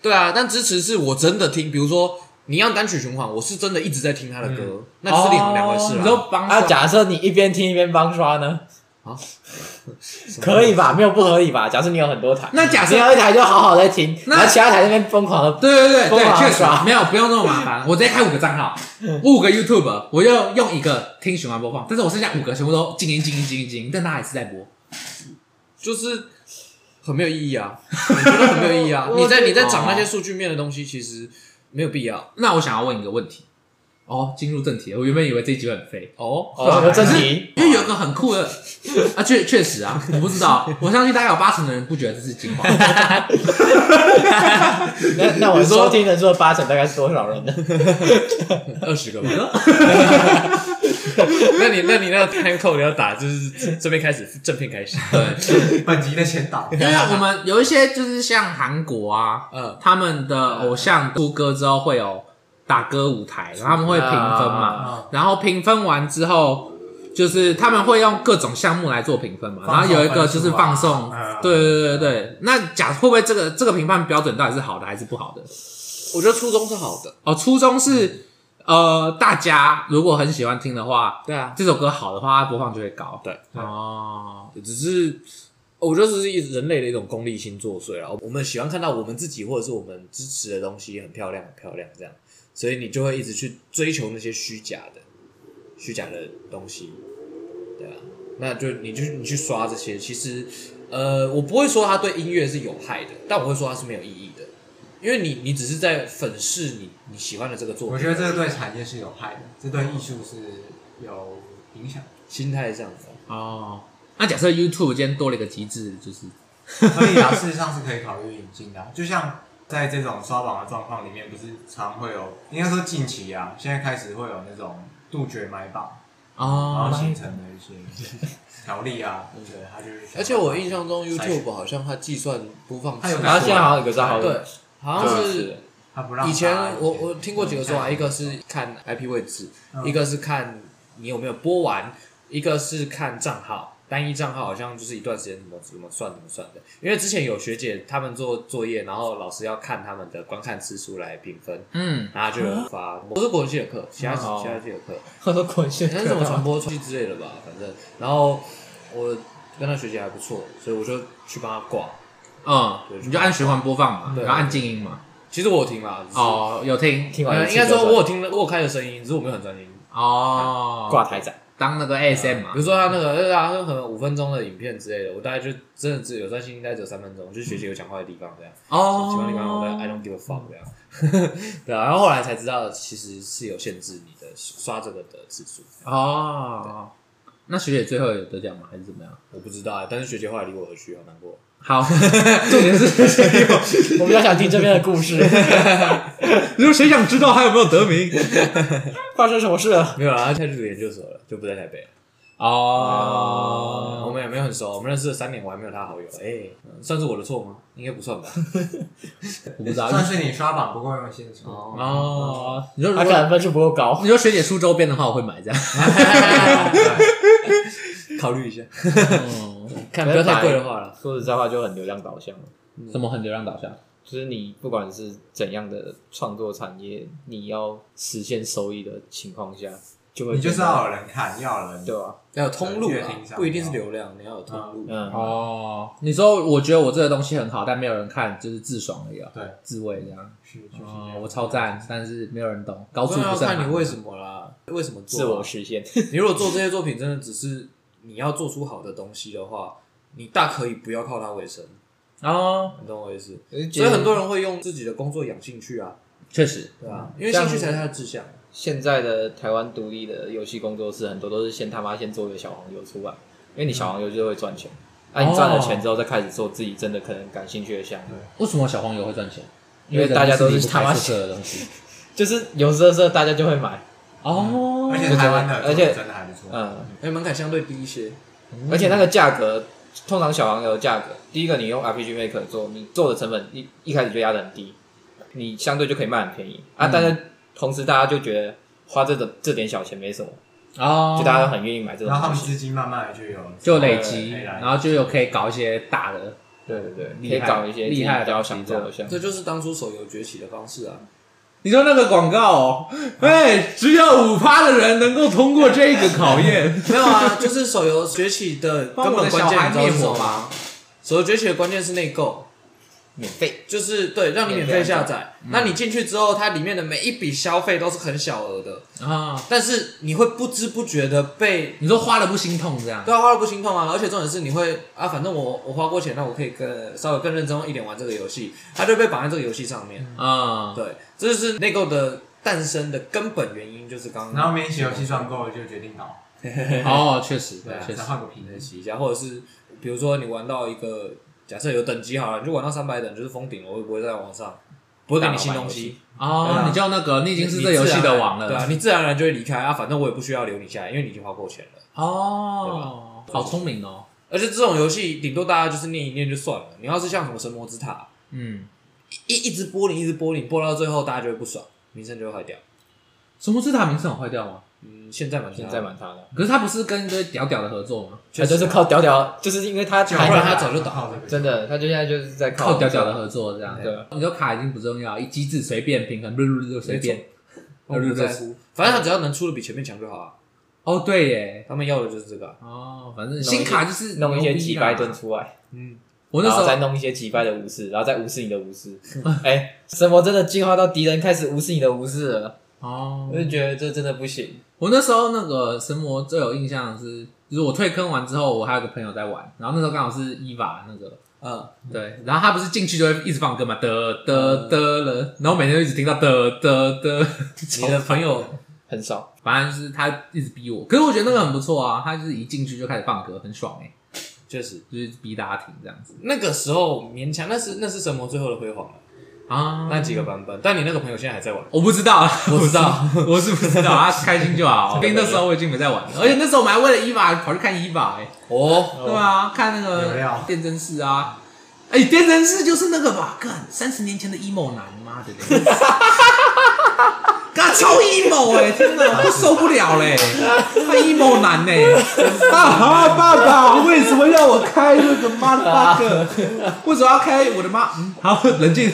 S2: 对啊，但支持是我真的听，比如说你要单曲循环，我是真的一直在听他的
S4: 嗯
S2: 歌，那就是两两回事
S1: 哦你
S2: 啊。
S1: 都帮
S4: 啊，假设你一边听一边帮刷呢？
S2: 啊，
S4: [LAUGHS] 可以吧？没有不合理吧？假设你有很多台，
S1: 那假设
S4: 你
S2: 啊
S4: 有一台就好好在听，
S1: 那
S4: 然后其他台那边疯狂的
S1: 对对对
S4: 疯
S1: 对，
S2: 啊
S4: 狂
S1: 确实
S4: 刷
S1: 没有不用那么麻烦，我直接开五个账号，
S2: [LAUGHS]
S1: 五个 YouTube，我就用一个听循环播放，但是我剩下五个全部都静音静音静音静音，但它还是在播。
S2: 就是很没有意
S1: [LAUGHS]
S2: 义啊，我觉得很没有意义啊。
S4: 我
S2: 你在你在
S1: 哦
S2: 讲那些数据面的东西，其实没有必要。
S1: 那我想要问一个问题，哦，进入正题了，我原本以为这一集会很废，
S2: 哦， [LAUGHS]
S4: 哦，有正题，
S1: 因为有一个很酷的啊，确确实啊，我不知道，我相信大概有八成的人不觉得这是精 [LAUGHS] 华，
S4: 那那我收听人数的八成大概是多少人呢？
S2: 二十个吧。 [LAUGHS] 那你那你那个 time code 要打，就是这边开始正片开始。对，
S3: 本集的前
S2: [LAUGHS]
S3: 导，
S1: 因为我们有一些就是像韩国啊，
S2: 嗯，
S1: 他们的偶像出歌之后会有打歌舞台，然后他们会评分嘛
S3: 啊，
S1: 然后评分完之后。就是他们会用各种项目来做评分嘛，然后有一个就是放送
S3: 放送
S2: 嗯
S3: 分数啊，
S1: 对对对对对。那假会不会这个这个评判标准到底是好的还是不好的？
S2: 我觉得初衷是好的。
S1: 哦，初衷是呃，大家如果很喜欢听的话，
S2: 对啊，
S1: 这首歌好的话，它播放就会高。
S2: 对
S1: 哦，
S2: 只是我觉得这是一人类的一种功利心作祟啊。我们喜欢看到我们自己或者是我们支持的东西很漂亮，很漂亮这样，所以你就会一直去追求那些虚假的、虚假的东西，对啊，那就你就你去刷这些，其实呃，我不会说它对音乐是有害的，但我会说它是没有意义的。因为你，你只是在粉饰你你喜欢的这个作品，
S3: 我觉得这个对产业是有害的，这对艺术是有影响。
S2: 心态是这样子啊、
S1: 哦，那假设 YouTube 今天多了一个机制，就是
S3: [LAUGHS] 可以啊，事实上是可以考虑引进的啊、就像在这种刷榜的状况里面，不是常会有，应该说近期啊，现在开始会有那种杜绝买榜，然
S1: 哦
S3: 后，形成的一些条例啊，对，他就是。
S2: 而且我印象中
S3: 筛选
S2: YouTube 好像它计算播放
S3: 它有
S2: 次啊
S4: 然后啊现在好像有个账号，
S2: 对，好像是
S3: 他不让
S2: 以
S3: 大
S2: 前
S3: 家
S2: 我
S3: 进
S2: 我听过几个说法，一个是看 IP 位置，
S3: 嗯
S2: 一个是看你有没有播完，一个是看账号，单一账号好像就是一段时间怎么怎么算怎么算的。因为之前有学姐他们做作业，然后老师要看他们的观看次数来评分，
S1: 嗯，
S2: 然后就有
S3: 啊
S2: 人发，我是国文系的课，其他
S4: 嗯哦
S2: 其他系的课，
S4: 我说
S2: [LAUGHS]
S4: 滚线，
S2: 那是什么传播系之类的 [LAUGHS] 吧，反正，然后我跟他学姐还不错，所以我就去帮他挂。
S1: 嗯
S2: 对，
S1: 你就按循环播放嘛，
S2: 对
S1: 然后按静音嘛。
S2: 其实我有听啦，只是，
S1: 哦，有听
S4: 听完一
S2: 呃，
S4: 次
S2: 应该
S4: 就
S2: 说我
S4: 算
S2: 有听了，我有开着声音，只是我没有很专心。
S1: 哦，
S4: 挂台仔，
S1: 当那个 ASM 嘛
S2: 比，如说他那个，呃他可能五分钟的影片之类的，我大概就真的只有专心，应该只有三分钟，就是学习有讲话的地方这样，
S1: 哦，
S2: 喜欢的地方我在 I don't give a fuck 这样。 [LAUGHS] 对啊，然后后来才知道其实是有限制你的刷这个的次数，
S1: 哦，那学姐最后有得奖吗？还是怎么样？
S2: 我不知道啊、但是学姐后来离我而去，好难过。
S1: 好，重点是，
S4: 我比较想听这边的故事，
S1: 如果谁想知道还有没有得名？
S4: 发生什么事了？
S2: 没有啦，他去读研究所了，就不在台北了。
S1: 哦，
S2: 我们也没有很熟，我们认识了三年，我还没有他好友，哎、嗯算是我的错吗？应该不算吧。
S1: 我不知
S2: 啊
S1: 道。
S3: 算是你刷榜不够用心出。
S2: 哦
S1: 哦，你说如
S4: 他可能
S1: 果
S4: 分数不够
S1: [LAUGHS]
S4: 高。
S1: 你说学姐出周边的话，我会买这样。
S2: 考虑一下，
S1: 哦
S4: 看
S2: 不要太贵的话了。
S4: 说实在话就很流量导向了，
S1: 什么很流量导向？
S4: 就是你不管是怎样的创作产业，你要实现收益的情况下，就会
S3: 你就是
S4: 变得
S3: 要有人看，要有人
S4: 对吧、
S2: 要有通路
S3: 对
S2: 啊
S3: 越听上，
S2: 不一定是流量，你要有通路。
S4: 嗯，
S1: 哦，你说我觉得我这个东西很好，但没有人看，就是自爽而已啊，
S3: 对，
S1: 自慰这样。
S3: 是就是这样
S1: 哦，我超赞，但是没有人懂，高处
S2: 重
S1: 不
S2: 要
S1: 胜
S2: 啊看
S1: 寒
S2: 你为什么啦，为什么做啊
S4: 自我实现。
S2: 你如果做这些作品，真的只是你要做出好的东西的话，你大可以不要靠它为生，
S1: 哦，
S2: 你懂我意思？所
S4: [LAUGHS] 所
S2: 以很多人会用自己的工作养兴趣啊，
S1: 确实，
S2: 对啊，因为兴趣才是他的志向。啊
S4: 现在的台湾独立的游戏工作室，很多都是先他妈先做一个小黄油出来，因为你小黄油就会赚钱。那、你赚了钱之后，再开始做自己真的可能感兴趣的项目，
S1: 为什么小黄油会赚钱？
S4: 因为大家都
S1: 人
S4: 是
S1: 离不开
S4: 他妈
S1: 色色的东
S4: [LAUGHS]
S1: 西。
S4: 就是有色色大家就会买，
S1: 哦，
S3: 而且台湾的
S4: 而且
S3: 真的还不错，
S4: 嗯，
S2: 哎，门槛相对低一些，
S4: 而且那个价格，通常小黄油的价格，第一个你用 RPG Maker 做，你做的成本一一开始就压得很低，你相对就可以卖很便宜
S1: 嗯
S4: 啊。但是同时大家就觉得花这种这点小钱没什么，
S1: 哦，
S4: 就大家都很愿意买这种
S3: 然后他
S4: 东
S3: 们
S4: 西。
S3: 资金慢慢的就有
S1: 就累积，
S3: 对对对
S1: 然后就有可以搞一些大的。
S4: 对对对，可
S1: 厉
S4: 以
S1: 害
S4: 搞一些
S1: 厉害的
S4: 比较
S1: 东西
S4: 想做的项目
S2: 这。就是当初手游崛起的方式啊。
S1: 你说那个广告、
S4: 啊
S1: 哦，哎、只有五趴的人能够通过这个考
S4: [LAUGHS]
S1: 验。
S2: 没有啊，就是手游崛起的根本关键，你知道是什么 [LAUGHS] 吗？手游崛起的关键是内购，
S4: 免费，
S2: 就是对，让你免费下载。那你进去之后，它里面的每一笔消费都是很小额的，
S1: 啊！
S2: 但是你会不知不觉的被
S1: 你说花了不心痛这样，
S2: 对啊，花了不心痛啊，而且重点是你会啊，反正我我花过钱，那我可以更稍微更认真一点玩这个游戏，它就被绑在这个游戏上面。
S1: 啊、
S2: 对，这就是内购的诞生的根本原因，就是刚
S3: 然后
S2: 刚
S3: 免洗游戏赚够了就决定倒，
S1: 哦，确实，
S3: 对啊，
S1: 确
S3: 再
S1: 实，
S3: 换个平
S2: 练
S3: 衡。
S2: 习一下，或者是比如说你玩到一个假设有等级好了，你就玩到三百等就是封顶了，我也不会再往上，不会给你新东西，
S1: 哦，
S3: 对啊
S1: 你就那个，你已经是这游戏的王了，
S2: 对啊，你自然而然就会离开啊，反正我也不需要留你下来，因为你已经花过钱了。
S4: 啊
S1: 哦，好聪明哦，
S2: 而且这种游戏顶多大家就是念一念就算了，你要是像什么神魔之塔，
S1: 嗯，
S2: 一一直剥你，一直剥你，剥到最后大家就会不爽，名声就会坏掉。
S1: 什么之塔名声很坏掉吗？
S2: 嗯，现在蛮
S4: 现在蛮差的。
S1: 可是他不是跟这些屌屌的合作吗？
S4: 他
S2: 啊
S4: 就是靠屌屌，就是因为他
S3: 就
S4: 还
S2: 不然
S4: 没
S2: 他早就倒
S3: 靠这个，
S4: 真的，他就现在就是在
S1: 靠
S4: 靠
S1: 屌屌的合作这样，
S4: 对，
S1: 你说卡已经不重要，一机制随便平衡，噜噜噜噜随便，
S2: 我不在乎，反正他只要能出的比前面强就好啊。
S1: 哦，对耶，
S2: 他们要的就是这个啊、
S1: 哦，反正新卡就是
S4: 弄一些
S1: 牛逼
S4: 几
S1: 啦
S4: 百吨，出来，
S2: 嗯，
S1: 我那
S4: 然
S1: 时
S4: 后再
S1: 候
S4: 弄一些几百的武士，然后再无视你的武士。哎，神魔真的进化到敌人开始无视你的武士了，
S1: 哦
S4: 我，就觉得这真的不行。
S1: 我那时候那个神魔最有印象的是，就是我退坑完之后，我还有个朋友在玩，然后那时候刚好是伊娃那个，
S2: 嗯，
S1: 对，然后他不是进去就会一直放歌嘛，得得得了，然后每天就一直听到得得得，
S2: 你的朋友
S4: 很少，
S1: 反正就是他一直逼我，可是我觉得那个很不错啊，他就是一进去就开始放歌，很爽哎、
S2: 确实
S1: 就是逼大家听这样子
S2: 那个时候勉强，那是那是神魔最后的辉煌了，
S1: 啊。
S2: 那几个版本。但你那个朋友现在还在玩，
S1: 我不知道，我知道， [LAUGHS] 我是不知道，他开心就 [LAUGHS] 好。因为那时候我已经没在玩了，而且那时候我们还为了伊娃跑去看伊娃哎、
S2: 哦，
S1: 对啊，看那
S3: 有料
S1: 个电真寺啊，哎、电真寺就是那个吧？干，三十年前的 emo 男，妈的， [LAUGHS] 干超 emo 哎、天哪，我受不了嘞、他 emo 男呢、 [LAUGHS] 爸爸爸爸，为什么要我开这 [LAUGHS] 个 motherfucker？为什么要开我的妈？嗯，好，冷 [LAUGHS] 静。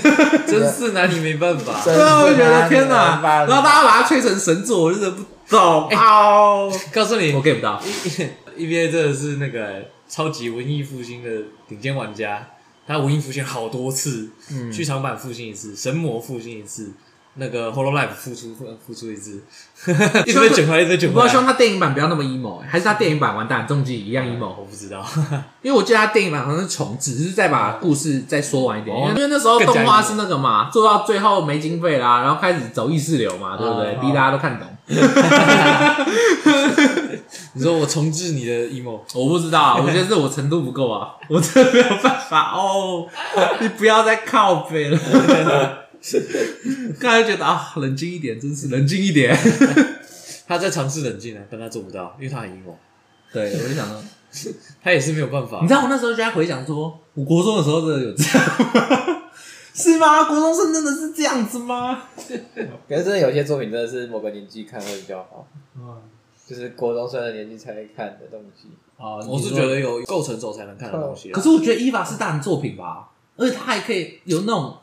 S2: 真是拿你没办
S1: [LAUGHS]
S2: 法。
S1: 对啊，我觉得天哪，
S4: 妈
S1: 然后大家把它吹成神作，我真的不懂。 [LAUGHS] 哦，
S2: 告诉你
S1: 我 get 不到。
S2: [LAUGHS] ，EVA E 真的是那个、超级文艺复兴的顶尖玩家，他文艺复兴好多次，
S1: 嗯
S2: 剧场版复兴一次，神魔复兴一次，那个 Holo Life 复出复出一次，
S1: [LAUGHS]
S2: 一直被卷回来，一直被卷
S1: 不
S2: 回
S1: 过
S2: 来。
S1: 希望他电影版不要那么 emo，、欸、还是他电影版完蛋，终极一样 emo。
S2: 我不知道， [LAUGHS]
S1: 因为我记得他电影版好像是重置，只是再把故事再说完一点。
S2: 哦
S1: 因为那时候
S2: 更加
S1: 动画
S2: 硬
S1: 是那个嘛，做到最后没经费啦，然后开始走意识流嘛，对不对？
S3: 哦
S1: 逼大家都看懂。
S2: 你说我重置你的 emo，
S1: 我不知道 [LAUGHS] 啊，我觉得是我程度不够啊，我真的没有办法 [LAUGHS] 哦。你不要再靠背 [LAUGHS] 了，刚才觉得啊，冷静一点，真是冷静一点。
S2: 他在尝试冷静啊，但他做不到，因为他很 emo。
S1: 对，我就想到，
S2: 他也是没有办法
S1: 你。知道我那时候就在回想说，我国中的时候真的有这样吗 [LAUGHS] 是吗？国中生真的是这样子吗？
S4: 可是真的有些作品真的是某个年纪看会比较好，
S3: 嗯，
S4: 就是国中生的年纪才会看的东西。
S1: 哦
S2: 我是觉，得有够成熟才能看的东西啊啦。
S1: 可是我觉得伊娃是大人作品吧，而且他还可以有那种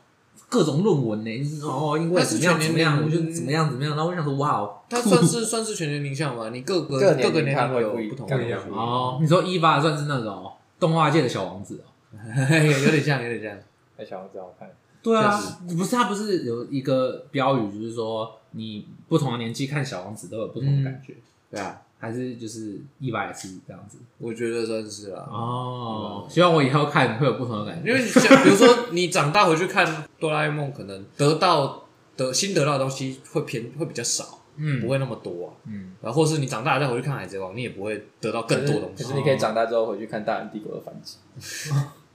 S1: 各种论文呢，就是哦，因为
S2: 它是
S1: 怎么样
S2: 全
S1: 怎么
S2: 年龄嗯
S1: 样，我就怎么样怎么样，然后我就想说，哇哦，
S2: 它算是算是全年龄向嘛？你各个
S4: 各
S2: 各
S4: 年龄
S2: 个年
S4: 看
S2: 龄
S4: 会
S2: 有
S4: 不一
S2: 同
S4: 看
S2: 的
S3: 不一
S2: 东
S3: 样
S2: 西，
S1: 哦，你说伊娃算是那种动画界的小王子哦？ [LAUGHS]
S2: 有点像，有点像。
S4: 那小王子好看，
S1: 对啊
S2: 确，
S1: 不是他不是有一个标语，就是说你不同的年纪看小王子都有不同的感觉，
S2: 对啊，
S1: 还是就是伊娃也是这样子
S2: 我觉得算是啦。
S1: 哦。希望我以后看会有不同的感
S2: 因
S1: 觉。
S2: 为你想，比如说你长大回去看哆啦 A 梦，可能得到的新得到的东西会偏会比较少，不
S1: 嗯
S2: 会那么多啊。
S1: 嗯，
S2: 然后或是你长大再回去看海贼王，你也不会得到更多东
S4: 可
S2: 西
S4: 是。你可以长大之后回去看《大人帝国》的反击，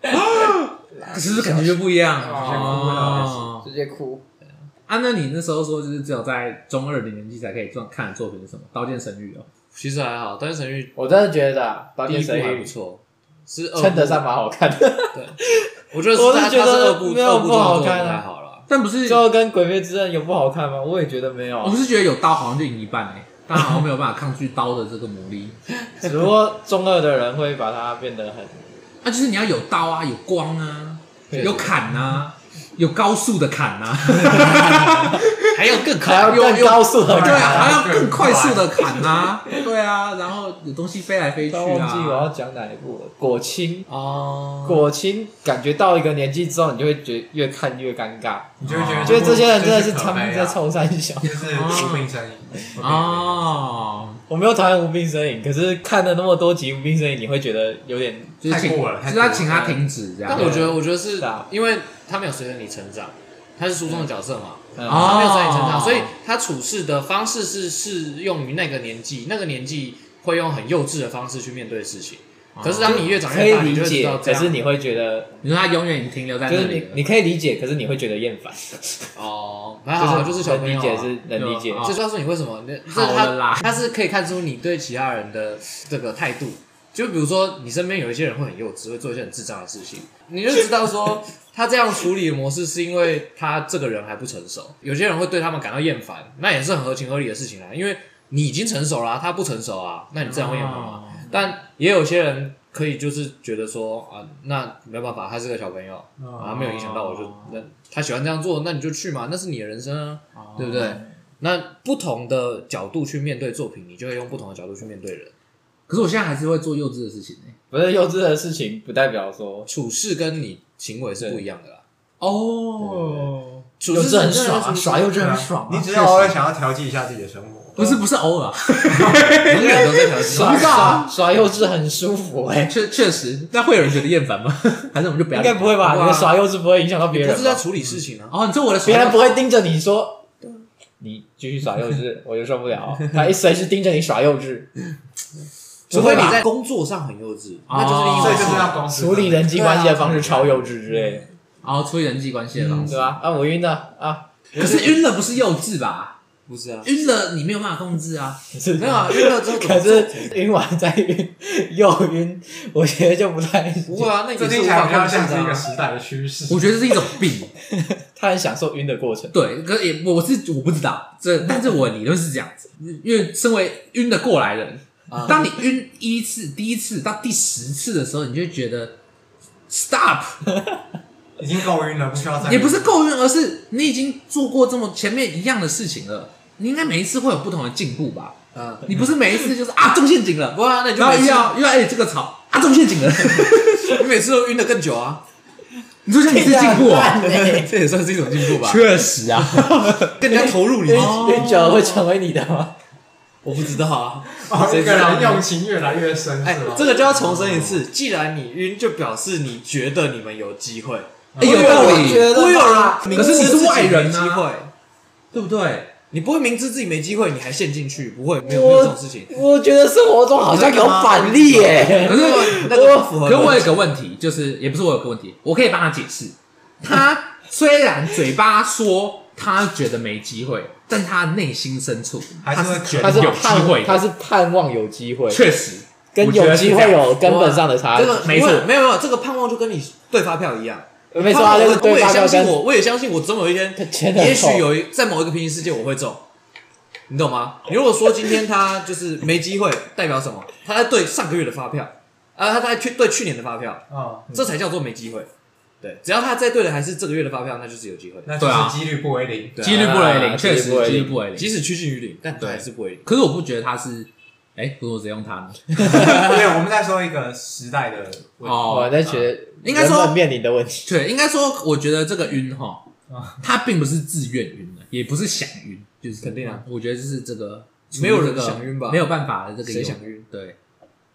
S1: 可是感觉就不一样啊
S3: 哦
S1: 哦。
S4: 直接哭。
S1: 啊，那你那时候说就是只有在中二的年纪才可以做看的作品是什么？《刀剑神域》哦，
S2: 其实还好，但是神域
S4: 我真的觉得啊，《刀
S2: 第
S4: 剑
S2: 一部
S4: 神
S2: 还
S4: 域
S2: 不》错，是二部
S4: 称得上蛮好看的，
S2: 我觉得
S4: 我是
S2: 他
S4: 觉
S2: 他是
S4: 得
S2: 二部
S4: 没有
S2: 二部
S4: 不好
S2: 中的
S4: 看啊
S2: 作品还好啦。
S1: 但不是
S4: 最后跟《鬼灭之刃》有不好看吗？我也觉得没有
S1: 我
S4: 啊，
S1: 不是觉得有刀好像就赢一半哎、 [LAUGHS] 但好像没有办法抗拒刀的这个魔力。
S4: 只不过中二的人会把它变得很
S1: 啊，就是你要有刀啊，有光啊，
S4: 对
S1: 有砍啊，有高速的砍
S4: [LAUGHS]
S1: 啊，
S2: 还有更
S4: [LAUGHS] 还要
S2: 快，
S4: 更高速的
S1: 对啊，还
S4: 看。
S1: 要更快速的砍啊，对啊，然后有东西飞来飞去
S4: 突然忘记我
S1: 啊。
S4: 要讲哪一部了，《果青》。
S2: 哦，
S4: 果青感觉到一个年纪之后，你就会觉得越看越尴尬，
S3: 你就会觉得
S1: 哦
S4: [LAUGHS] 觉得这些人真的是
S3: 可
S4: 他
S3: 悲
S4: 们
S3: 啊
S4: 在冲三 [LAUGHS] 小。
S3: [LAUGHS] 就是无病呻吟。
S1: 哦，
S4: 我没有讨厌无病呻吟，可是看了那么多集无病呻吟，你会觉得有点
S1: 就是请，
S3: 太过了
S1: 就
S3: 太
S1: 是
S3: 过了
S1: 要请他停止这样
S2: 但。我觉得，我觉得是
S4: 是啊
S2: 因为他没有随着你成长，他是书中的角色嘛，
S4: 嗯
S1: 哦
S2: 他没有随着你成长，所以他处事的方式是适用于那个年纪，那个年纪会用很幼稚的方式去面对事情。可是当你越长
S4: 可
S2: 越
S4: 以
S2: 大，你
S4: 理
S2: 就会知
S4: 解
S2: 道，这
S4: 可
S2: 样
S4: 是你会觉得
S1: 哦你说他永远停留在
S4: 就
S1: 那
S4: 是
S1: 里
S4: 你
S1: 了，
S4: 你可以理解，可是你会觉得厌烦，
S2: 哦，还好啊，就是小
S4: 能
S2: 朋
S4: 理
S2: 友
S4: 解
S2: 啊
S4: 是能理解
S1: 对啊，
S2: 这告诉你为什么，那
S1: 好
S2: 这
S1: 了
S2: 他
S1: 啦
S2: 他是可以看出你对其他人的这个态度。就比如说，你身边有一些人会很幼稚，会做一些很智障的事情，你就知道
S1: [LAUGHS]
S2: 说他这样处理的模式是因为他这个人还不成熟。有些人会对他们感到厌烦，那也是很合情合理的事情啦，啊因为你已经成熟啦、他不成熟啊，那你自然会厌烦嘛。
S1: 哦
S2: 但也有些人可以就是觉得说啊，那没办法，他是个小朋友啊，没有影响到我就那他喜欢这样做，那你就去嘛，那是你的人生啊。对不对？那不同的角度去面对作品，你就会用不同的角度去面对人，
S1: 可是我现在还是会做幼稚的事情欸
S4: 不是幼稚的事情，不代表说
S2: 处事跟你行为是不一样的啦。
S1: 哦，
S2: 处
S4: 幼
S2: 事
S4: 稚很
S2: 是
S4: 爽啊，耍幼稚
S3: 对啊
S4: 很爽
S3: 你
S4: 啊。
S3: 只是偶尔想要调剂一下自己的生活，
S1: 不是不是偶尔，啊
S2: 永远都在调
S4: 耍
S2: 剂。
S1: 不知道啊
S4: 耍耍幼稚很舒服哎，
S1: 确确实，那会有人觉得厌烦吗？ [LAUGHS] 还是我们就不要
S4: 应
S1: 理他？
S4: 该不会吧？
S2: 哇
S4: 你的耍幼稚不会影响到别
S2: 不
S4: 人
S2: 是
S4: 吧
S2: 在？处理事情
S1: [LAUGHS]
S2: 啊，
S1: 哦，你说我的手
S4: 别人不会盯着你说，你继续耍幼稚， [LAUGHS] 我就受不了。他一随时盯着你耍幼稚，
S2: 除非你
S4: 不会吧
S2: 在工作上很幼稚，
S1: 哦
S2: 那就是另一
S3: 所以
S2: 回
S3: 就
S2: 事
S3: 是要公司
S4: 处理人际关系的方式超幼稚之类的，
S1: 哦，处理人际关系的方式
S2: 嗯
S4: 对。吧？啊，我晕了啊！
S1: 可是晕了不是幼稚吧？
S2: 不是啊？
S1: 晕了你没有办法控制啊。
S4: 是
S2: 没有啊，晕了之后怎
S4: 可
S2: 么做
S4: 是晕完再晕，又晕，我觉得就不太
S2: 不会啊，那
S3: 这
S2: 也是
S3: 听
S2: 无
S3: 起
S2: 法
S3: 来
S2: 控
S3: 比较
S2: 制的
S3: 像是一个
S2: 啊。
S3: 时代的趋势。
S1: 我觉得这是一种病， [LAUGHS]
S4: 他很享受晕的过程。
S1: 对。可也我是我不知道这，但是我理论是这样子，因为身为晕的过来人，
S2: 啊
S1: 当你晕一次、第一次到第十次的时候，你就会觉得 stop，
S3: 已经够晕了，不需要再
S1: 也不是够晕，而是你已经做过这么前面一样的事情了，你应该每一次会有不同的进步吧？
S2: 嗯，
S1: 你不是每一次就是啊中陷阱了，
S2: 不会啊，那你
S1: [LAUGHS]
S2: 就
S1: 然后
S2: 每
S1: 又
S2: 次
S1: 要又要哎这个草啊中陷阱了，
S2: 你每次都晕的更久啊，
S1: 你说像你是进步啊？
S2: 这也算是一种进步吧？
S1: 确实啊，
S2: 更加投入你
S4: 晕
S2: 自
S1: 哎
S2: 己，
S4: 晕久了会成为你的吗？
S2: 我不知道啊。
S3: [LAUGHS] 哦
S2: 谁
S3: 一
S2: 知
S3: 个
S2: 道
S3: 人用情越来越深，
S2: 哎
S3: 是吗，
S2: 这？个就要重申一次，既然你晕，就表示你觉得你们有机会。
S1: [LAUGHS] 哎有道理，
S2: 不会有
S4: 吧
S2: 人，
S1: 可是你是外人
S2: 机
S1: 啊
S2: 会，
S1: 对不对？
S2: 你不会明知自己没机会，你还陷进去，不会，没有
S4: 我
S2: 没有这种事情。
S4: 我觉得生活中好像有反例耶。
S1: 可是，
S2: 那个不符合
S1: 可
S2: 逻
S1: 是
S2: 辑。
S1: 我有个问题，就是也不是我有个问题，我可以帮他解释。他虽然嘴巴说他觉得没机会，但他内心深处
S3: 还是会
S1: 他是觉
S4: 他
S1: 得
S4: 是
S1: 有机
S4: 盼
S1: 会
S4: 他
S1: 的。
S4: 是盼望有机会，
S1: 确实，
S4: 跟
S6: 我觉
S4: 有
S6: 得是
S4: 机
S6: 这
S4: 会
S6: 样
S4: 有根本上的差
S2: 这
S4: 距。
S2: 个
S6: 没错
S2: 因为没有没有，这个盼望就跟你对发票一样。
S4: 没错啊，
S2: 盼望
S4: 就
S2: 我
S4: 是对
S2: 我也
S4: 发票
S2: 相信
S4: 跟
S2: 我，我也相信我总有一天
S4: [LAUGHS] 跟钱，的
S2: 也许
S4: 口
S2: 有一在某一个平行世界我会中，你懂吗？你如果说今天他就是没机会，代表什么？他在对上个月的发票，啊，他在去对去年的发票，
S3: 啊，
S2: 这才叫做没机会。对，只要他在对的还是这个月的发票，那就是有机会。
S3: 那
S1: 对啊
S3: 就是几率不为零。
S2: 对啊
S1: 几率不为零，
S6: 啊
S1: 确
S6: 几
S1: 实
S6: 率不为零
S1: 几率不为零。
S2: 即使趋近于零，但他还是不为零。
S1: 可是我不觉得他是，哎，不是我只用他呢。
S3: [LAUGHS] 对，我们在说一个时代的问题。
S1: 哦
S4: 我在觉得
S1: 应该说
S4: 人们面临的问题，
S1: 对，应该说，我觉得这个晕哈，他并不是自愿晕的，也不是想晕，就是
S2: 肯定啊。
S1: 我觉得就是这个
S2: 没有人
S1: 这个
S2: 想晕吧
S1: 没有办法的这个
S2: 谁
S1: 有
S2: 想晕？
S1: 对，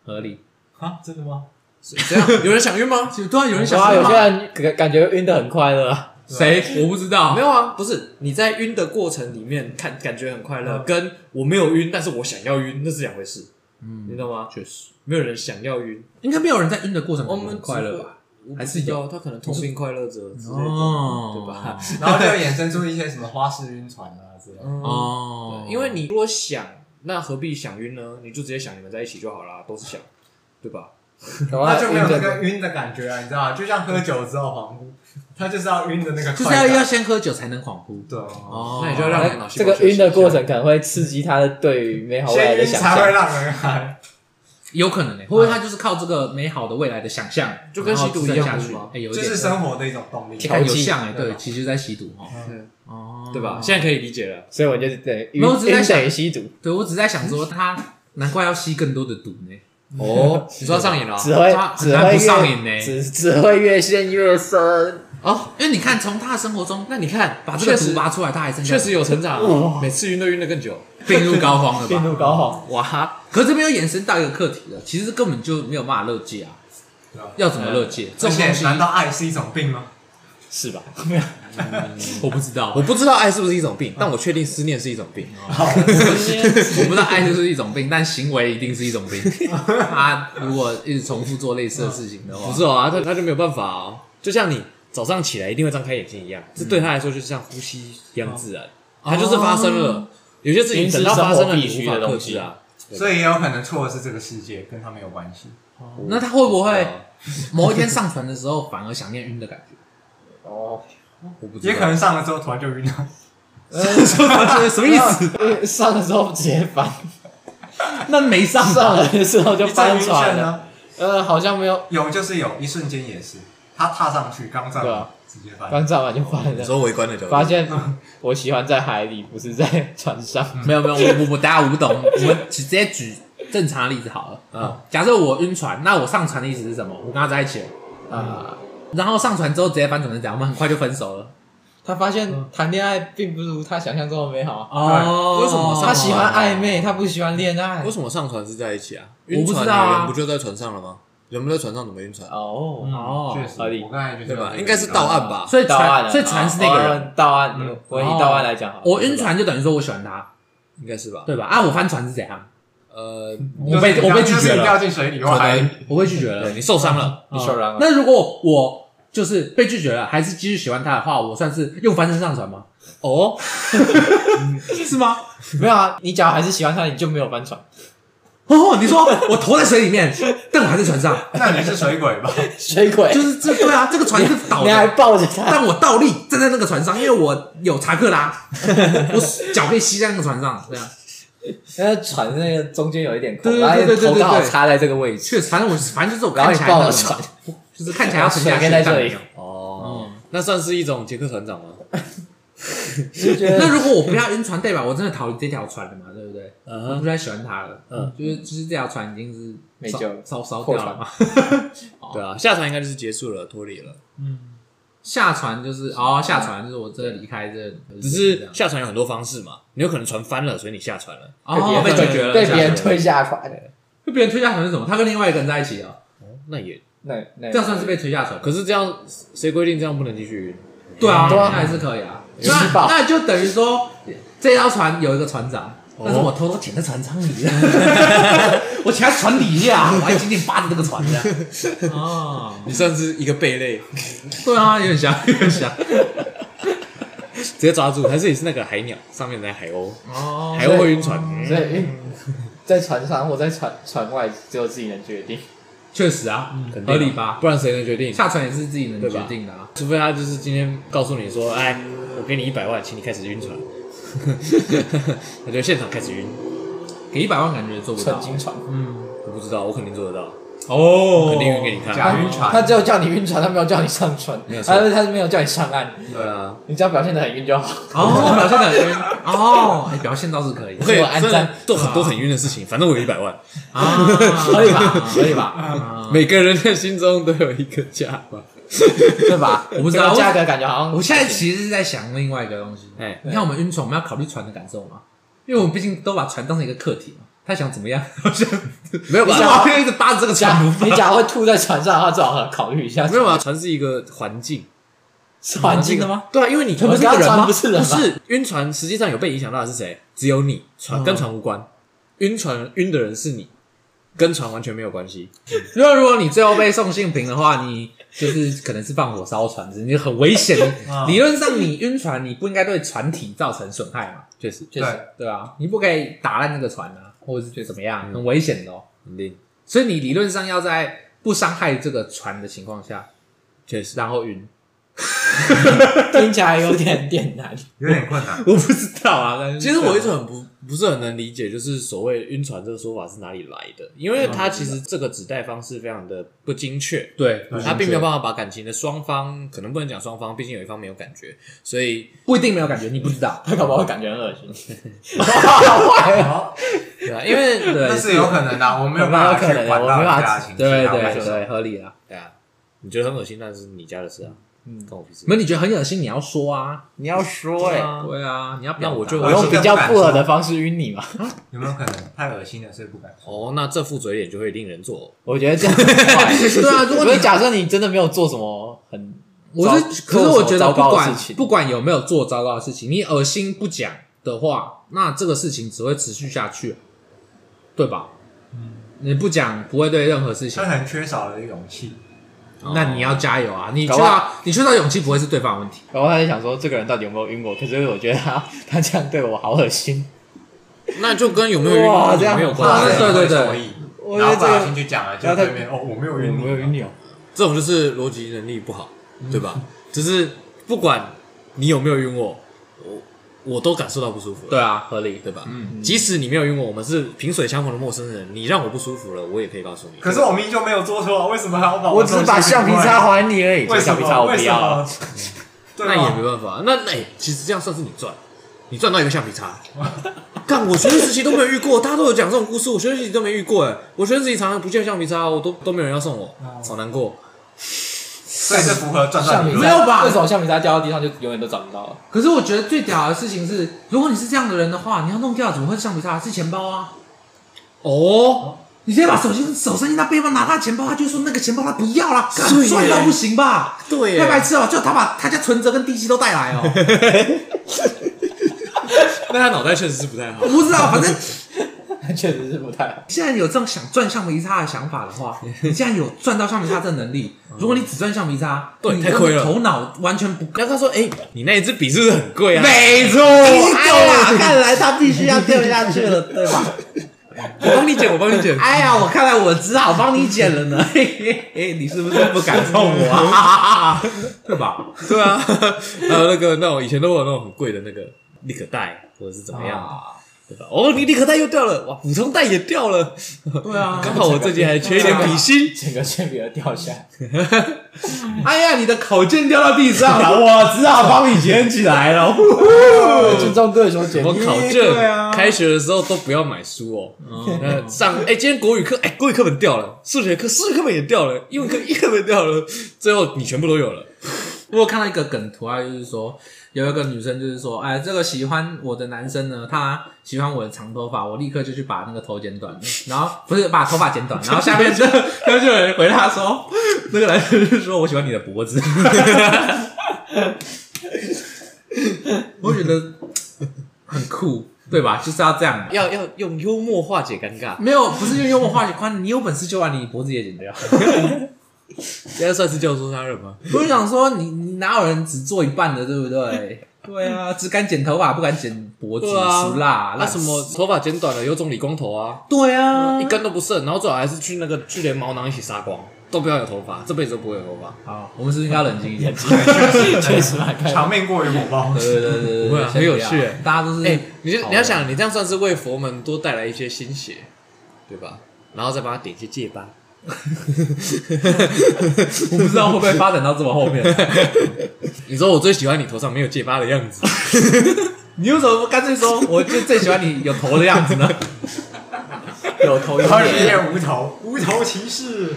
S1: 合理。
S3: 啊，真的吗？
S2: 这样有人想晕吗？
S1: 就突然有人想
S4: 哇，
S1: 晕
S4: 有
S1: 吗
S4: 些人感感觉晕的很快乐啊，
S1: 谁我 [LAUGHS] 不知道，
S2: 没有啊，不是你在晕的过程里面看感觉很快乐，
S1: 嗯
S2: 跟我没有晕，但是我想要晕，那是两回事。嗯，你懂吗？
S1: 确实，
S2: 没有人想要晕，
S1: 应该没有人在晕的过程
S2: 我
S1: 中
S2: 们
S1: 很快乐吧？
S2: 只会？
S1: 还是有哦
S2: 有他可能痛并快乐着之类的，对吧？
S3: 然后就衍生出一些什么花式晕船啊之类的。
S2: [LAUGHS] 嗯，
S1: [LAUGHS] 哦，
S2: 因为你如果想，那何必想晕呢？你就直接想你们在一起就好啦，都是想，对吧？
S6: 那
S3: 那就没有那个晕的感觉啊，你知道吗？就像喝酒之后恍惚，他就是要晕的那个
S1: 就
S3: 快
S1: 是要
S3: 感。
S1: 要先喝酒才能恍惚。
S3: 对哦，
S1: 哦，
S2: 那你就要让你脑细
S4: 这
S2: 胞
S4: 个
S2: 休息
S4: 晕的
S2: 一下
S4: 过，程可能会刺激他的对于美好未来
S3: 先
S4: 的
S3: 晕 [LAUGHS]
S4: 想
S3: 才会
S4: 象。
S3: 让人嗨。
S1: 有可能呢，会欸不会他就是靠这个美好的未来的想象，
S2: 就跟吸毒一样
S1: 然后支撑下去
S2: 不是吗？
S1: 哎，有一
S3: 就
S1: 点
S3: 是生活的一种动力。
S1: 哎有
S6: 调剂
S1: 像哎，
S3: 对
S1: 对，
S3: 吧
S1: 其实就在吸毒哈。
S2: 嗯
S1: 哦，
S2: 对吧？现在可以理解了。
S4: 所以我就是等于
S1: 没有我只是在
S4: 晕
S1: 想
S4: 等于吸毒，
S1: 对，我只是在想说他难怪要吸更多的毒呢。
S2: 哦， [LAUGHS] 你说他上瘾了啊？
S4: 只会
S1: 他
S4: 只
S1: 他
S4: 会
S1: 不上瘾
S4: 越
S1: 呢
S4: 只只会越陷越深。
S2: 哦，
S1: 因为你看，从他的生活中，那你看把这
S2: 确
S1: 个
S2: 实
S1: 毒拔出来，他还剩下
S2: 确实有成
S4: 哦
S2: 长，每次晕都晕的更久。
S1: 病入膏肓了
S4: 病
S1: 吧？
S4: 入膏肓，
S2: 哇，
S1: 可是这边又衍生到一个课题了，其实根本就没有办法乐界啊
S3: 对啊。
S1: 要怎么乐界？这
S3: 而
S1: 种东
S3: 且，
S1: 西
S3: 难道爱是一种病吗？
S4: [LAUGHS] 是吧？
S1: [LAUGHS] 我不知道，哦
S2: 我
S1: 我
S2: 不知道爱是不是一种病，但我确定思念是一种病。
S1: 我不知道爱就是一种病，但行为一定是一种
S3: [LAUGHS]
S1: 病。他如果一直重复做类似的事情的话，
S2: 不
S3: 嗯
S2: 是啊，他他就没有办法啊，就像你早上起来一定会张开眼睛一样，这对他来说就是像呼吸一样自
S1: 嗯
S2: 然，他就是发生
S1: 哦
S2: 了。有些事情等到发生了，
S4: 因
S2: 你
S4: 此生活必
S2: 无
S4: 须
S2: 法
S4: 的
S2: 克
S4: 东西
S2: 制啊。
S3: 所以也有可能错的是这个世界，跟他没有关系。
S1: 那他会不会某一天上船的时候反而想念晕的感觉？
S6: 哦，
S1: 我不知道，
S3: 也可能上了之后突然就晕了。
S1: 什么意思？
S4: [LAUGHS] 上的时候直接翻，
S1: 那没上
S4: 上了的时候就
S3: 一阵
S4: 翻
S3: 晕
S4: 船
S3: 眩
S4: 了。
S3: 呢？
S4: 呃，好像没有
S3: 有就是有，一瞬间也是，他踏上去刚上
S4: 对啊
S3: 完直接翻。
S4: 刚上完就翻了。
S2: 说围观的角
S4: 发，现我喜欢在海里，不是在船上。
S1: 没有没有，我我我大家不懂，我们直接举正常的例子好了。
S2: 嗯，
S1: 假设我晕船，那我上船的意思是什么？我跟他在一起了，
S4: 啊，
S1: 然后上船之后直接翻船是怎样？我们很快就分手了。
S4: 他发
S1: 嗯
S4: 现谈恋爱并不如他想象中的美好啊。
S1: 哦
S2: 为什么上
S4: 他喜欢暧昧，他不喜欢恋爱
S2: 哎为。什么上船是在一起啊？
S1: 我不知道啊
S2: 晕船的人不就在船上了吗？人不在船上怎么晕船？
S4: 哦，
S1: 哦
S3: 确实，
S4: 合理
S3: 我刚才就是
S2: 对吧？应该是
S4: 啊
S2: 到岸吧？
S1: 所以
S4: 到岸
S1: 船，
S4: 了，
S1: 所以船是那个人。嗯哦
S4: 哦到岸，我以到岸来讲好了。
S1: 我晕船就等于说我喜欢他，
S2: 应该是吧？
S1: 对吧？啊，我翻船是怎样？
S2: 呃，
S3: 就是
S1: 我被我被拒
S3: 就是
S1: 绝
S3: 你掉
S1: 了，
S3: 进水里
S2: 可
S3: 或海里
S2: 能。
S1: 我被拒绝了嗯
S2: 对。你受伤了，
S4: 你受伤了
S1: 那如果我就是被拒绝了，还是继续喜欢他的话，我算是用翻身上船吗？
S4: 哦，
S1: [LAUGHS] 是吗？
S4: 没有啊，你假如还是喜欢他，你就没有翻船。
S1: 哦，你说我投在水里面，但我还在船上，
S3: [LAUGHS] 那你是水鬼吧？
S4: 水鬼，
S1: 就是这对啊，这个船是倒
S4: 你还
S1: 的，
S4: 抱着他，
S1: 但我倒立站在那个船上，因为我有查克拉，我脚可以吸在那个船上，对啊，
S4: 那船那个中间有一点空，
S1: 对对
S4: 然后
S1: 对对对
S4: 头刚好
S1: 对
S4: 插在这个位置，
S1: 确实，反正我反正就是我
S4: 然后
S1: 看起
S4: 你
S1: 来
S4: 抱着
S1: 那种
S4: 船，
S1: 就是看起来要沉下去，
S4: 水可以在
S1: 但
S4: 这
S1: 没
S4: 里
S1: 有。
S2: 哦，那算是一种杰克船长吗？
S4: 就觉
S1: [LAUGHS] 那
S4: 得
S1: 如果我不要晕船，代表我真的逃离这条船了嘛，对不对？
S2: 嗯
S1: 我
S2: 哼，
S1: 不太喜欢他了，
S2: 嗯，
S1: 就是就是这条船已经是
S4: 没
S1: 烧
S4: 救了
S1: 烧烧掉了嘛。哦
S2: 对啊，下船应该就是结束了，脱离了。
S1: [LAUGHS] 下船就是哦，下船就是我真的离开这，
S2: 只是下船有很多方式嘛，你有可能船翻了，所以你下船了。
S1: 哦被
S4: 被
S1: 拒绝了，
S4: 被别人
S1: 下船了
S4: 推下船，
S1: 被别人推下船是什么？他跟另外一个人在一起哦，
S2: 那也，
S4: 那那
S1: 这样算是被推下船吗？
S2: 可是这样谁规定这样不能继续晕？
S1: 对啊，
S2: 嗯
S4: 对
S1: 那
S4: 啊
S1: 还是可以啊。
S4: 有
S1: 那
S4: 气爆
S1: 那就等于说，这条船有一个船长，
S2: 哦
S1: 但是
S2: [LAUGHS]
S1: 我偷偷潜在船舱里，我潜在船底下，我还紧紧扒着这个船的。哦，
S2: 你算是一个贝类， [LAUGHS]
S1: 对啊，有点像， [LAUGHS] 有点像。
S2: 直接抓住，还是你是那个海鸟上面的海鸥？
S1: 哦，
S2: 海鸥会晕船，嗯
S4: 所以 [LAUGHS]
S7: 在船上或在船船外，只有自己能决定。
S1: 确实啊，
S2: 肯定啊
S1: 合理吧？
S2: 不然谁能决定？
S1: 下船也是自己能
S2: 对
S1: 决
S2: 吧
S1: 定的啊。
S2: 除非他就是今天告诉你说，哎，我给你一百万，请你开始晕
S1: [LAUGHS]
S2: 船， [LAUGHS] 他就现场开始晕。
S1: 给一百万感觉做不
S7: 蠢
S1: 到啊
S7: 金船，
S2: 我不知道，我肯定做得到，
S1: 哦，
S2: 肯定晕给你看。
S3: 假晕船，
S7: 啊他只有叫你晕船，他没有叫你上船，
S2: 没有错
S7: 他他没有叫你上岸，
S2: 对啊，
S7: 你只要表现的很晕就好。
S1: 哦，表现的很晕哦，哎表现倒是可以
S2: 我可以
S7: 自我安
S2: 真的
S7: 赞
S2: 做很多很晕的事情，反正我有一百万。嗯
S1: 啊，可以吧？可以吧？
S2: 每个人的心中都有一个家吧。
S1: 对吧？我不知
S7: 这
S1: 道
S7: 个，价格感觉好像
S1: 我现在其实是在想另外一个东西。
S2: 哎
S1: 你看我们晕船，我们要考虑船的感受嘛，因为我们毕竟都把船当成一个客体嘛。他想怎么样， [LAUGHS] 好像
S2: 没有
S1: 为
S2: 吧
S1: 什么好像一直扒着这个
S7: 假
S1: 船不放
S7: 你假如会吐在船上的话，最好考虑一下。
S2: [LAUGHS] 没有吧？船是一个环境，
S7: 是环境的吗？
S2: 对啊，因为你
S7: 不是
S2: 一个人
S7: 船
S2: 吗？
S7: 不是人吗
S2: 晕船，实际上有被影响到的是谁？只有你，船跟船无关。晕船晕的人是你，跟船完全没有关系。
S1: 如果如果你最后被送性平的话，你就是可能是放火烧船，你很危险。
S2: 哦
S1: 理论上你晕船，你不应该对船体造成损害嘛，
S2: 确实，
S3: 对，
S1: 对吧？你不可以打烂那个船啊，或者是怎么样，
S2: 嗯
S1: 很危险的哦。
S2: 肯定，
S1: 所以你理论上要在不伤害这个船的情况下，
S2: 确实。
S1: 然后晕。 [LAUGHS]
S7: 听起来有点点难。
S3: 有点困
S2: [LAUGHS]
S3: 难。
S1: 我不知道啊，但是
S2: 其实我一直很不不是很能理解，就是所谓晕船这个说法是哪里来的，因为它其实这个指代方式非常的不精确。
S1: 对
S2: 他并没有办法把感情的双方，可能不能讲双方，毕竟有一方没有感觉，所以
S1: 不一定没有感觉，你不知道。
S7: 他搞不好会感觉很恶心。
S3: 哦
S2: 对啊，
S1: [LAUGHS]
S2: 因为对
S3: 那是有可能的，我没有办
S1: 有
S3: 法
S1: 可
S3: 去
S1: 能，
S3: 管
S1: 我
S3: 到
S1: 没
S3: 人家
S1: 法
S3: 的情
S1: 指，
S3: 绪，
S1: 对
S3: 然后
S1: 对
S3: 感受
S1: 对，合理啊。
S2: 对啊，你觉得很恶心，那是你家的事啊，嗯，跟我屁事。
S1: 没有，你觉得很恶心，你要说啊，
S7: 你要说
S2: 对
S7: 哎、
S2: 啊
S1: 对啊，你要表
S2: 那
S1: 达
S2: 我就
S7: 我用比较不合的方式晕你嘛？
S3: 有没有可能太恶心了，所以不敢说？
S2: 哦，那这副嘴脸就会令人作
S7: 我觉得这样很坏。
S1: 对啊，如
S7: 我
S1: 果你
S7: 是假设你真的没有做什么很，
S1: 我
S7: 糟
S1: 是，可是我觉得
S7: 做什么糟
S1: 不
S7: 糕的
S1: 管
S7: 事情
S1: 不管有没有做糟糕的事情，你恶心不讲的话，那这个事情只会持续下去，对吧？
S2: 嗯
S1: 你不讲不会对任何事情
S2: 哎
S3: 他，可能缺少了勇气，
S1: 那你要加油啊！你缺
S7: 搞不好
S1: 少你缺少勇气不会是对方的问题，
S7: 然后他就想说这个人到底有没有晕我？可是我觉得他 [LAUGHS] 他这样对我好恶心。
S2: 哦，那就跟有没有晕
S7: 哇这
S2: 有
S7: 样
S2: 没有
S1: 啊
S2: 关
S1: 对
S2: 系。
S1: 对对对
S3: 所以
S7: 我
S3: 然
S7: 觉得
S3: 后不
S7: 这
S3: 小
S7: 个
S3: 心就讲了，就
S7: 然后他
S3: 对面哦，我没
S1: 嗯
S3: 有
S7: 我
S3: 晕你，
S7: 没有晕你哦，
S2: 这种就是逻辑能力不好，
S1: 嗯
S2: 对吧？就是不管你有没有晕我，我我都感受到不舒服了，
S1: [LAUGHS] 对啊，合理。
S2: 对吧？
S3: 嗯
S2: 即使你没有晕我，我们是萍水相逢的陌生人，你让我不舒服了，我也可以告诉你。
S3: 可是我明明就没有做错，为什么还要把
S7: 我只是把橡皮擦还你而已，
S3: 为
S7: 这
S3: 什
S7: 橡皮擦
S3: 么？
S7: 我
S3: 为
S7: 不
S3: 什
S7: 要了
S3: 么。？ [LAUGHS] 对啊
S2: 那也没
S3: 吧？
S2: 办法。那那、欸其实这样算是你赚，你赚到一个橡皮擦。干，我学生时期都没有遇过，大家都有讲这种故事，我学生时期都没遇过。哎，我学生时期常常不见橡皮擦，我都都没有人要送我，好难过。
S3: 所以是符合赚
S7: 橡
S3: 赚
S7: 皮
S3: 理
S7: 擦
S1: 没有吧
S7: 为什么橡皮擦掉到地上就永远都找不到了？ [LAUGHS]
S1: 可是我觉得最屌的事情是，如果你是这样的人的话，你要弄掉怎么会是橡皮擦？是钱包啊！哦，你直接把手机手伸进他背包拿他的钱包，他就说那个钱包他不要啦，干
S2: 是耶
S1: 帅到不行吧？
S2: 对耶
S1: 太白痴哦！就他把他家存折跟地基都带 [LAUGHS] 来哦，
S2: 那他脑袋确实是不太好
S1: 我。不知道，反正
S7: 确实是不太好。
S1: 既然有这种想赚橡皮擦的想法的 [LAUGHS] 话，你既然有赚到橡皮擦这能力，如果你只赚橡皮擦，
S2: 对
S1: 你
S2: 太亏了
S1: 头脑完全不
S2: 然后他说：“哎、你那一支笔是不是很贵啊？”
S1: 没错，哎呀，看来他必须要掉下去了，对吧？
S2: 我帮你剪，我帮你剪。
S1: 哎呀，我看来我只好帮你捡了呢。 [LAUGHS] 嘿嘿嘿，哎你是不是不敢碰我啊？对吧？
S2: 对啊，还有那个那种以前都有那种很贵的那个立可带，或者是怎么样，
S1: 啊
S2: 对吧？哦，你立可带又掉了，哇，补充带也掉了，
S1: 对啊。
S2: 刚好我最近还缺一点笔芯。
S7: 整个铅笔盒掉下来，
S1: [LAUGHS] 哎呀，你的口剑掉到地上了，我只好帮你捡起来了。呼呼
S7: 尊重各位兄姐
S2: 我考
S1: 对啊
S2: 证，开学的时候都不要买书哦。呃，上哎，今天国语课哎，国语课本掉了，数学课数学课本也掉了，英文课英文课本掉了，最后你全部都有了。
S1: 我有看到一个梗图啊，就是说有一个女生就是说，哎，这个喜欢我的男生呢，他喜欢我的长头发，我立刻就去把那个头剪短，然后不是把头发剪短，然后下面就 [LAUGHS] 下面就有人回答说，那个男生就说我喜欢你的脖子。 [LAUGHS] 我觉得很酷，对吧？就是要这样，
S2: 要要用幽默化解尴尬，
S1: [LAUGHS] 没有不是用幽默化解宽，你有本事就把你脖子也剪掉。 [LAUGHS]
S2: 现在算是教唆他人吗？
S1: 我就想说你，你哪有人只做一半的，对不对？对啊，只敢剪头发，不敢剪脖子，
S2: 对啊
S1: 俗辣，
S2: 那
S1: 烂
S2: 什么
S1: 死？
S2: 头发剪短了有种理光头啊，
S1: 对啊
S2: 一，根都不剩，然后最好还是去那个去连毛囊一起杀光，都不要有头发，这辈子都不会有头发。
S1: 好，我们是不是应该要冷静一
S2: [LAUGHS]
S1: 点？
S7: 确实蛮
S1: [LAUGHS]
S7: 开
S3: 长命过于火爆。
S1: 对对对对
S2: 不会
S1: 对，
S2: 啊
S1: 先
S2: 很有
S1: 不要
S2: 趣欸
S1: 大家都是 [LAUGHS]
S2: 哎、你就
S1: 好
S2: 你要
S1: 人
S2: 想，你这样算是为佛门多带来一些新血，对吧？然后再帮他点一些戒疤，
S1: 我不知道会不会发展到这么后
S7: [LAUGHS]
S1: 面。
S2: 你说我最喜欢你头上没有戒疤的样子，
S1: 你为什么不干脆说，我就最喜欢你有头的样
S7: [LAUGHS]
S1: 子呢？
S4: 有头有
S3: 然后你
S4: 脸，
S3: 变无头，无头骑士。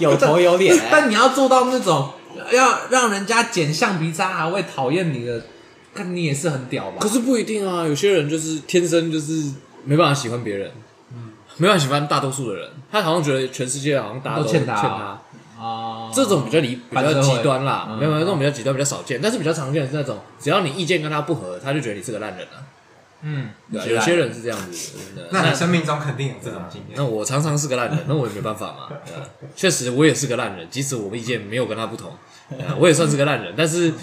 S7: 有头有 [LAUGHS] 脸，
S1: 但你要做到那种要让人家剪橡皮擦还会讨厌你的，看你也是很屌吧
S2: 可？是不一定啊。有些人就是天生就是没办法喜欢别人，没办法喜欢大多数的人，他好像觉得全世界好像大家
S1: 都
S2: 欠
S1: 欠他
S2: 欠
S1: 啊
S2: 他，哦
S1: 啊，
S2: 这种比较离比
S1: 反社
S2: 较
S1: 会
S2: 极端啦，
S1: 嗯
S2: 没有没有，那种比较极端比较少见，但是比较常见的是那种，只要你意见跟他不合，他就觉得你是个烂人啊。
S3: 嗯，
S2: 对啊
S1: 是啊
S2: 有些人是这样子，真的。
S3: 那你生命中肯定有这种经验
S2: 那。我常常是个烂人，那我也没办法 [LAUGHS] 嘛。对啊确实，我也是个烂人，即使我们意见没有跟他不同，对啊我也算是个烂人。但是，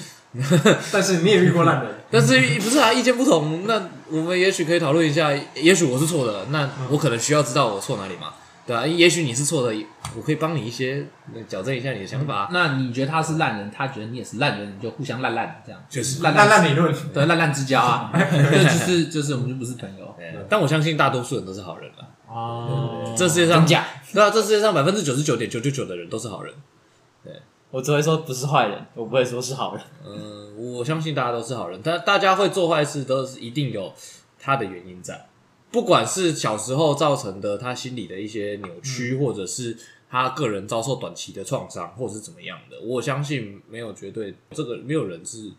S3: 但是你也遇过烂人，
S2: 但是不是啊？意见不同，那我们也许可以讨论一下。也许我是错的，那我可能需要知道我错哪里嘛，对啊，也许你是错的，我可以帮你一些矫正一下你的想法。
S1: 那你觉得他是烂人，他觉得你也是烂人，你就互相烂烂这样，
S2: 确实
S1: 烂
S3: 烂
S1: 烂
S3: 烂理论。
S1: 对烂烂之交
S4: [LAUGHS]
S1: 啊，对，就是就是我们就不是朋友
S2: 对但我相信大多数人都是好人啊啦。
S1: 哦
S2: 这世界上
S7: 真假？
S2: 对啊，这世界上百分之九十九点九九九的人都是好人。
S7: 我只会说不是坏人，我不会说是好人。
S2: 嗯，我相信大家都是好人，但大家会做坏事都是一定有他的原因在，不管是小时候造成的他心理的一些扭
S1: 嗯
S2: 曲，或者是他个人遭受短期的创伤，或者是怎么样的，我相信没有绝对，这个没有人是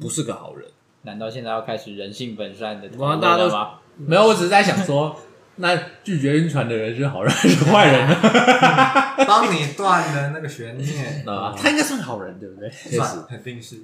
S2: 不是个好人。
S7: 难道现在要开始人性本善的讨
S2: 哇
S7: 论
S2: 大家都
S7: 了吗？
S1: 没有，我只是在想
S2: [LAUGHS]
S1: 说，那拒绝晕船的人是好人还是坏人
S2: 啊
S1: [LAUGHS] 呢？
S3: 帮你断了那个悬念，
S1: 啊，
S4: 他应该算好人对不对？
S2: 确实
S3: 算肯定是。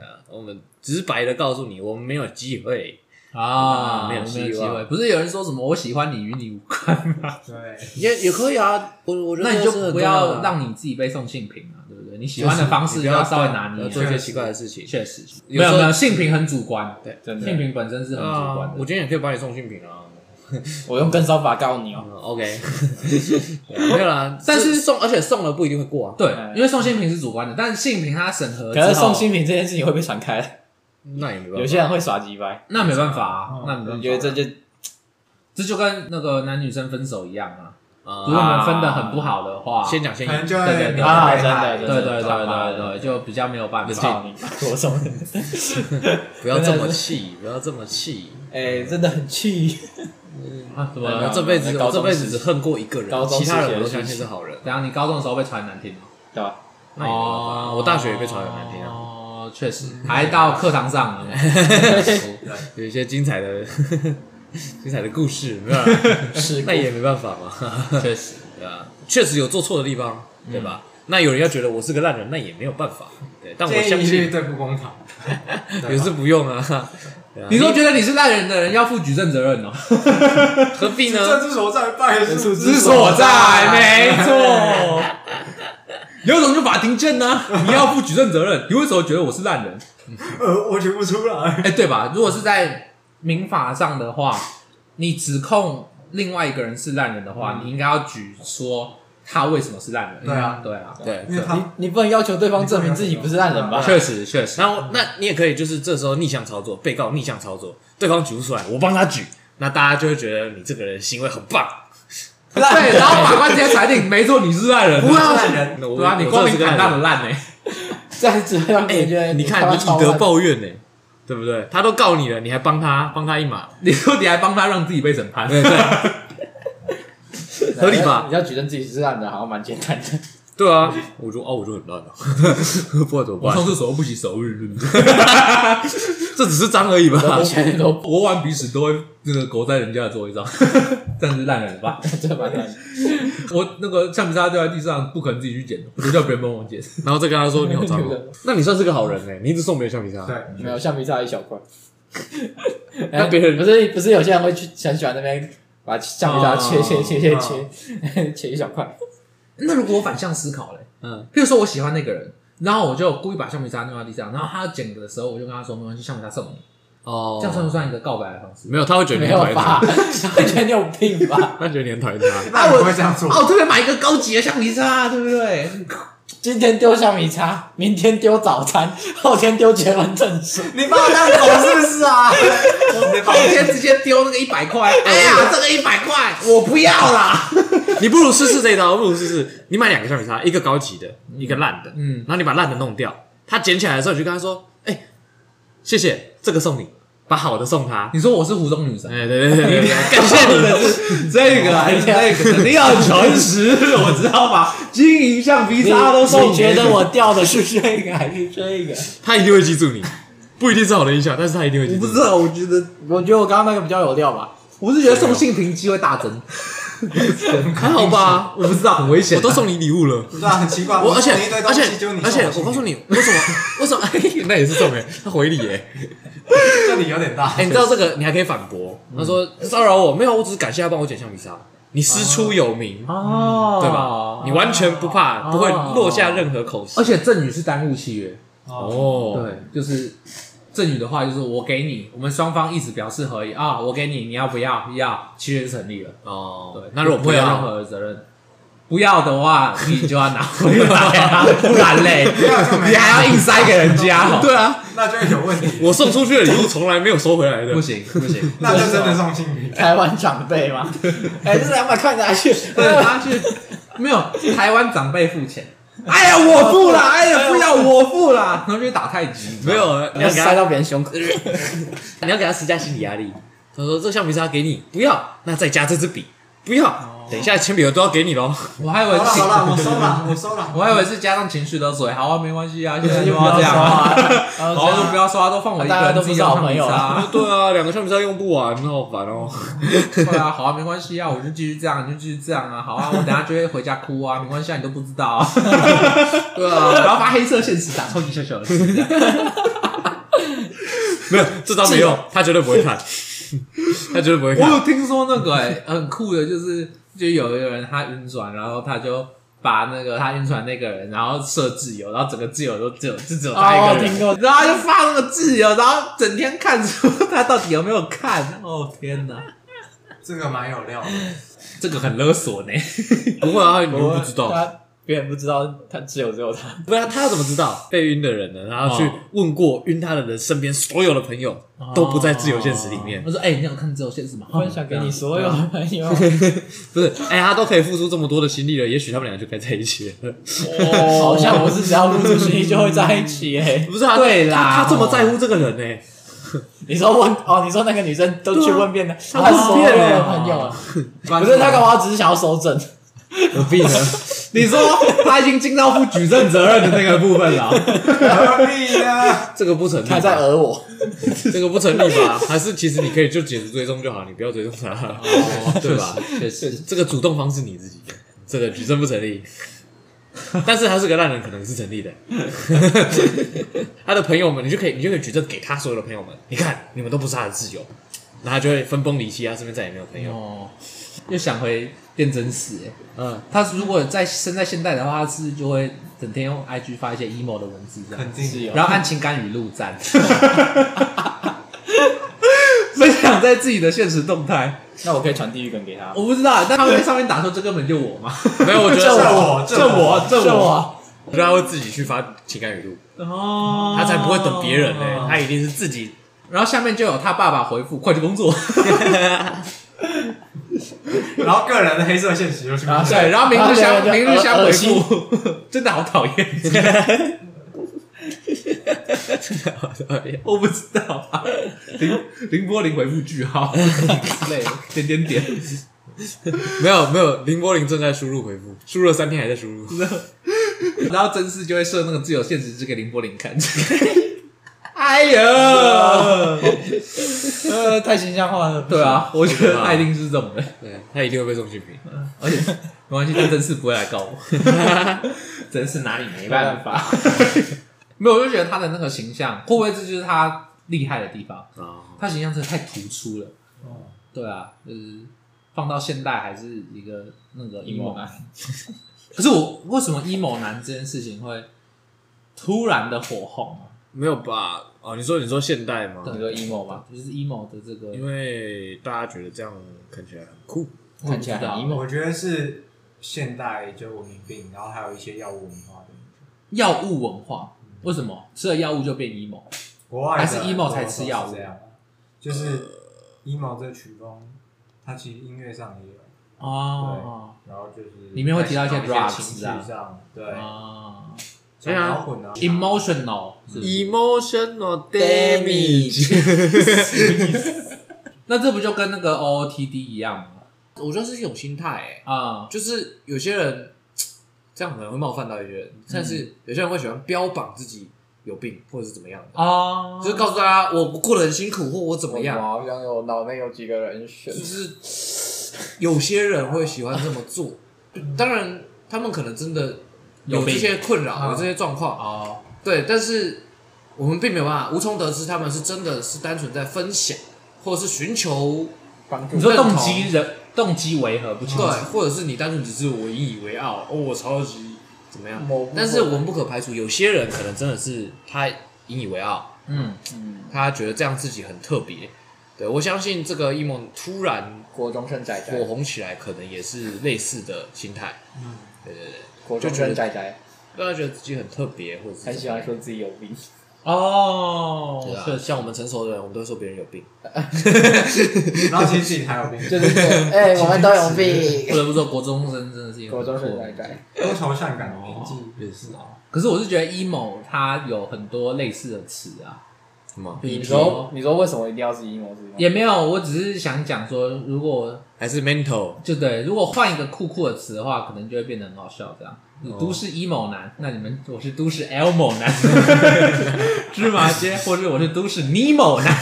S2: 啊，我们直白的告诉你，我们没有机会。
S1: [LAUGHS] 啊，
S2: 没有希
S1: 机
S2: 望
S1: 会。不是有人说什么我喜欢你与你无关
S2: [LAUGHS]
S1: 吗？
S3: 对，
S2: 也也可以啊，我我觉得
S1: 那你
S2: 这
S1: 就是
S2: 很
S1: 不
S2: 重要
S1: 要
S2: 啊
S1: 让你自己被送性平啊，对不对？你喜欢的方式
S2: 你不要
S1: 稍微拿
S2: 不
S1: 捏
S2: 要
S1: 啊。
S2: 做一些奇怪的事情。
S1: 确实，
S2: 有
S1: 没
S2: 时
S1: 有
S2: 候
S1: 没有，性平很主观，对，
S7: 真
S1: 性
S7: 的，
S1: 平本身是很主
S2: 啊
S1: 观，
S2: 我
S1: 的。
S2: 今天也可以帮你送性品啊。
S7: 我用跟骚法告你哦。
S2: 嗯 OK，没有啊啦，
S1: 但是
S2: 这送，而且送了不一定会过啊。
S1: 对，因为送性平是主观的，但性平它审核之
S7: 可
S1: 后，
S7: 是送新品这件事情会被传开，
S2: 那也没办
S7: 有
S2: 法。
S7: 些人会耍鸡掰。
S1: 那没办法啊，那没
S7: 我
S1: 办法。
S7: 觉得这就
S1: 这就跟那个男女生分手一样啊，如果
S2: 啊，
S1: 你们分的很不好的话，
S2: 先讲先
S3: 可能
S2: 赢，
S3: 就会
S1: 对对对
S7: 啊
S3: 被害
S7: 真
S1: 对
S7: 的
S1: 对对对对对，就比较没有办法。
S7: 操你妈！我送的，
S2: 不要这么气，不要这么气。
S7: 哎，真的很气。
S1: 啊，怎么
S2: 我
S1: 了？
S2: 这辈子
S7: 高
S2: 我
S7: 中
S2: 这辈子
S7: 时
S2: 只恨过一个人
S7: 高，中
S2: 其他
S7: 时期
S2: 人
S7: 的
S2: 我都
S7: 事
S2: 相信
S7: 情
S2: 是好人。
S1: 等一下你高中的时候被传难听吗？
S7: 对吧？
S2: 那也没办法我大学也被传很难听啊，
S1: 哦，确实，还到课堂上 [LAUGHS] 了。
S2: 有一些精彩的 [LAUGHS] 精彩的故事，没有啦，
S7: 是
S2: 那也没办法嘛。
S1: 确实，
S2: 对啊，确实有做错的地方，对吧？那有人要觉得我是个烂人，那也没有办法。对，但我
S3: 建
S2: 相
S3: 议去
S2: 信
S3: 对簿公堂。
S2: 也是不用啊。对啊
S1: 你说觉得你是烂人的人要负举证责任 [LAUGHS] 哦，
S2: 何必呢？
S3: 政治所在，败
S7: 是
S3: 诉
S7: 之
S1: 所在，没 [LAUGHS] 错。有种就法庭证呢、你要负举证责任。你 [LAUGHS] 为什么觉得我是烂人？
S3: 呃，我举不出来。
S1: 哎、对吧？如果是在民法上的话，你指控另外一个人是烂人的
S2: 嗯
S1: 话，你应该要举说他为什么是烂人。
S3: 对啊
S1: 对啊，
S2: 对，
S3: 因为他
S7: 你不能要求对方证明自己不是烂人吧？
S2: 啊
S1: 确实确实。
S2: 然后，那你也可以就是这时候逆向操作，被告逆向操作，对方举不出来，我帮他举，那大家就会觉得你这个人行为很棒。
S1: 对，然后法官直接裁定，没错，你是烂人。
S3: 烂人，
S2: 那我
S1: 对啊，你光明正大的，烂呢、欸
S7: 这样子会让别
S2: 哎、
S7: 人觉得
S2: 你看
S7: 他
S2: 你
S7: 妈
S2: 以
S7: 超
S2: 德
S7: 烂。
S2: 报怨呢、对不对？他都告你了，你还帮他帮他一马，
S1: 你说你还帮他让自己被审判，
S2: 对对合理吧
S7: 你要举证自己是烂的，好像蛮简单的。
S2: 对啊，我就哦，我就很 [LAUGHS] 烂了，不然怎么
S1: 我
S2: 办
S1: 上？厕所又不洗手日，对不对
S2: 这只是脏而已吧？
S7: 以前都
S1: 我玩鼻屎都会那个狗在人家的桌椅上， [LAUGHS] 这样是烂人吧？
S7: 这蛮烂的。，
S1: 我那个橡皮擦掉在地上，不可能自己去捡的，我就叫别人帮我捡。
S2: [LAUGHS] 然后再跟他说你好脏、哦那你算是个好人呢、你一直送别人橡皮擦，
S3: 对，
S7: [LAUGHS] 没有橡皮擦一小块。哎
S2: 那别人
S7: 不是不是有些人会去很喜欢那边把橡皮擦切切切切切切一小块，
S1: 那如果我反向思考嘞，
S2: 嗯，
S1: 譬如说我喜欢那个人，然后我就故意把橡皮擦丢到地上，然后他捡的时候，我就跟他说没关系，橡皮擦送你，
S4: 哦
S1: 这样算不算一个告白的方式？
S2: 没有，他会觉得
S4: 没
S2: 你
S4: 有
S2: 很
S4: 吧
S2: [LAUGHS] 讨厌？
S4: 完全你有病吧？
S2: 他，他觉得你很讨厌他。
S3: 那我不会这样做。
S1: 哦，我特别买一个高级的橡皮擦，对不对？
S4: 今天丢橡皮擦，明天丢早餐， [LAUGHS] 后天丢结婚证书。
S3: 你把我当狗是不是啊？你把
S1: 后天直接丢那个一百块， [LAUGHS] 哎呀，这个一百块我不要啦。
S2: 你不如试试这一招，不如试试。你买两个橡皮擦，一个高级的，一个烂的，嗯，然后你把烂的弄掉，他捡起来的时候，你就跟他说：“哎、谢谢，这个送你，把好的送他。
S1: [LAUGHS] 你说我是湖中女”神，哦
S2: 哎，对对对对，对感谢你。
S1: [LAUGHS] 这个还是 [LAUGHS] 那个， [LAUGHS] 肯定要诚实，我知道吧？金银橡皮
S4: [LAUGHS] 你
S1: 擦都送
S4: 你觉得
S1: [LAUGHS]
S4: 我掉的是这个还是这个？
S2: 他一定会记住你，不一定是好的印象，但是他一定会记
S1: 我不
S2: 住你。
S1: 知道，我觉 [LAUGHS] 得
S4: 我觉得我刚刚那个比较有料吧。
S1: 我是觉得送性平机会大增，
S2: 还好吧？
S1: 我不知道很危险
S2: 我。都送你礼物了，
S3: 对啊，很奇怪。
S2: 我而且
S3: 送你一堆
S2: 而
S3: 东
S2: 且
S3: 西，就你
S2: 而且我告诉
S3: 你，
S2: 你，为什么为什么？哎那也是送哎，他回礼哎。
S3: 这里有点大
S2: 哎、。你知道这个，你还可以反驳。他说骚扰我没有，我只是感谢他帮我捡橡皮擦。你师出有名，
S1: 哦
S2: 对吧？你完全不怕，不会落下任何口实
S1: 而。且赠与是单户契约，
S2: 哦，
S1: 对，就是赠与的话，就是我给你，我们双方一直表示合意啊，我给你，你要不要？要，契约就成立了。
S2: 哦，
S1: 对，
S2: 那如果
S1: 不
S2: 不
S1: 会有任
S2: 要，
S1: 何责任，不要的话，你就要拿回来 [LAUGHS] 啊，不然嘞，你还要硬塞给人家 [LAUGHS] 哦，
S2: 对啊，
S3: 那就有问题，
S2: 我送出去的礼物从来没有收回
S1: [LAUGHS]
S2: 来的
S1: 不。行不行，
S3: 那就真的送性平。
S4: [LAUGHS] 台湾长辈嘛， [LAUGHS] 哎、这两百块拿去，
S1: 对， [LAUGHS] 他去没有台湾长辈付钱。哎呀，我付啦！哎呀，不要我付啦！然后就打太极，
S2: 没有，你
S4: [LAUGHS] 你
S2: 要
S4: 要
S2: 给
S4: 塞
S2: 他，
S4: 到别人 [LAUGHS] 胸口。
S2: 你要给他施加心理压力。他说：“这橡皮擦给你，不要，那再加这支笔，不要。等一下铅笔盒都要给你喽。
S1: 我还以
S3: 好
S1: 为
S3: 了
S1: 情
S3: 好，了，我收了，我收了。
S1: 我还以为是加上情绪勒索。好啊，没关系啊，现在就
S4: 就
S1: 不要这样啊，
S4: 然
S1: 好
S4: 后
S1: 就不要刷，都放我一个
S4: 大家
S1: 人
S4: 都
S1: 自
S4: 不
S1: 己
S4: 是好
S1: 用橡
S4: 朋
S1: 皮
S4: 友
S1: 擦”。
S2: 对啊，两个橡皮擦用不完，好烦哦。
S1: 对啊，好啊，没关系啊，我就继续这样，你就继续这样啊，好啊，我等下就会回家哭啊，没关系啊，你都不知道、啊。 [LAUGHS] 对啊，然后发黑色现实打超级小小的事这样，
S2: 没有，这招没用，他绝对不会看，他绝对不会
S1: 我
S2: 看。
S1: 有听说那个、欸、很酷的，就是就有一个人他晕船，然后他就把那个他晕船那个人，然后设自由，然后整个自由都只有就只有他一个人，
S4: 哦我听
S1: 然后他就发那个自由，然后整天看出他到底有没有看。哦天哪，
S3: 这个蛮有料的，
S1: 这个很勒索呢。
S2: 不会啊，你又不知道。
S4: 他 [LAUGHS] 别人不知道，他只有只有他。
S2: 不然他要怎么知道被晕的人呢？然后去问过晕他的人身边所有的朋友都不在自由现实里面，
S1: 我说：“哎、你有看自由现实吗？哦
S4: 分享给你所有的朋 [LAUGHS] 友。
S2: 不是？哎、他都可以付出这么多的心力了，也许他们俩就该在一起了。 [LAUGHS]
S4: 哦， [LAUGHS] 好像不是只要付出心意就会在一起哎、
S2: 不是啊，
S1: 对啦
S2: 他他这么在乎这个人呢、
S4: [LAUGHS] 你说问哦，你说那个女生都去问遍了，啊她
S2: 问
S4: 所有
S2: 遍了
S4: 的朋友啊，
S1: [LAUGHS]
S4: 不是她干嘛？只是想要收证，
S1: 何必呢？你说他已经尽到负举证责任的那个部分了，
S2: [LAUGHS]
S3: 何必呢？
S2: 这个不成立
S4: 她在
S2: 吧，
S4: 讹我。
S2: [LAUGHS] 这个不成立吧？还是其实你可以就解除追踪就好，你不要追踪他，对吧？
S1: 确实，
S2: 这个主动方是你自己的，这个举证不成立。但是他是个烂人，可能是成 [LAUGHS] 立的。他的朋友们，你就可以，你就可以举证给他所有的朋友们。你看，你们都不是他的挚友，然后他就会分崩离析，他啊身边再也没有朋友。
S1: 哦，又想回电真实、欸。
S2: 嗯，
S1: 他如果在生在现代的话，他是就会整天用 IG 发一些 emo 的文字这样，
S3: 肯
S2: 啊
S3: 定
S1: 然后按情感语录赞，
S2: [LAUGHS]
S1: 分享在自己的现实动态。
S4: 那我可以传地狱梗给她。
S1: 我不知道，但他们在上面打说这根本就我嘛，
S2: 没有，我
S1: [LAUGHS]
S2: 觉
S3: 这
S2: 得，啊
S3: 我这我
S1: 这
S4: 是我，
S2: 我觉得他会自己去发情感语录，
S1: 哦，
S2: 他才不会等别人欸呢、他一定是自己。
S1: 然后下面就有他爸爸回复：“快去工作。”
S3: [LAUGHS] 然后个人的黑色现实就是
S4: 啊
S1: 对，然后明日香
S4: 然后就
S1: 明日香
S4: 恶
S1: 回
S4: 恶心
S1: 复，真的好讨厌，我不知道啊。林林波林回复句号之类的，点点点，
S2: [LAUGHS] 没有没有，林柏林正在输入回复，输入了三天还在输入。
S1: 然后真嗣就会设那个自由限制只给林波林看。哎
S4: [LAUGHS]
S1: 呀，
S4: 呃，太形象化了。
S1: 对，啊，我觉得他一定是这种人，
S2: 对他一定会被送去评。
S1: 而且没关系，但真嗣不会来
S4: [LAUGHS]
S1: 告我，真嗣哪里没
S4: 没
S1: 办法？
S4: 办 [LAUGHS] 法，
S1: 没有，我就觉得他的那个形象，会不会这就是他厉害的地方？
S2: 哦
S1: 他形象真的太突出了。哦，对啊，就是放到现代还是一个 [LAUGHS] 那个 emo
S4: 男
S1: 可是我为什么 emo 男这件事情会突然的火红，啊
S8: 没有吧？哦，你说你说现代吗？
S4: 你说 emo 吗？
S1: 就是 emo 的这个
S8: 因为大家觉得这样看起来很酷，
S4: 看起来很
S1: 我不
S4: emo，
S3: 我觉得是现代就文明病，然后还有一些药物文化的影响。
S1: 药物文化，为什么吃了药物就变 emo？
S3: 国外的
S1: 还是 emo 才吃药物
S3: 都是这样，啊就是 emo 这曲风，它其实音乐上也有，
S1: 哦
S3: 然后就是
S1: 里面会提到一些
S3: 在情
S1: drugs
S3: 情绪
S1: 啊
S3: 上，对，
S1: 啊
S3: 像摇滚啊，
S1: ，emotional 是不是
S8: emotional damage。
S1: 那这不就跟那个 OOTD 一样吗？
S2: [LAUGHS] 我觉得是一种心态、欸，
S1: 啊，
S2: 就是有些人这样可能会冒犯到一些人，但是有些人会喜欢标榜自己有病或者是怎么样的，
S1: 啊，
S2: 就是告诉大家我过得很辛苦或我怎么样，
S4: 好像有脑内有几个人选
S2: 就是有些人会喜欢这么做，当然他们可能真的有
S1: 有
S2: 这
S1: 病
S2: 些困扰，有这些状况，
S1: 哦，
S2: 对，但是我们并没有办法无从得知他们是真的是单纯在分享，或者是寻求
S4: 帮助
S1: 你说动机人动机为何不清楚？
S2: 对，或者是你单纯只是我引以为傲，哦，我超级怎么样
S4: 某部？分
S2: 但是我们不可排除有些人可能真的是他引以为傲，
S1: 嗯，
S2: 他觉得这样自己很特别。对我相信这个一梦突然
S4: 国中生仔
S2: 火
S4: 仔，
S2: 红起来，可能也是类似的心态，
S4: 国中生仔仔
S2: 让他觉得自己很特别，或者是
S4: 很喜欢
S2: 怎么
S4: 说自己有病，
S1: 哦，
S2: 样对
S1: 确
S2: 啊，
S1: 实
S2: 像我们成熟的人，我们都会说别人有病。
S3: 然后其实自己才有病，
S1: [LAUGHS]
S4: 就是对 [LAUGHS] 哎，我们都有病。
S1: 不得不说，国中生真的是有
S4: 国中生仔仔，
S3: 多愁善感的年
S1: 哦
S3: 纪也是啊，
S1: 可是我是觉得 emo 它有很多类似的词啊，
S2: 什么？
S1: 比
S4: 你
S1: 如
S4: 说
S1: 说
S4: 你说为什么一定要是 emo 是吗？
S1: 也没有，我只是想讲说，如果
S2: 还是 mental？
S1: 就对，如果换一个酷酷的词的话，可能就会变得很好笑这样。
S4: 哦
S1: 都市 emo 男，那你们我是都市 elmo
S4: [LAUGHS]
S1: 男，芝麻街，或者我是都市 nemo
S4: [LAUGHS]
S1: 男，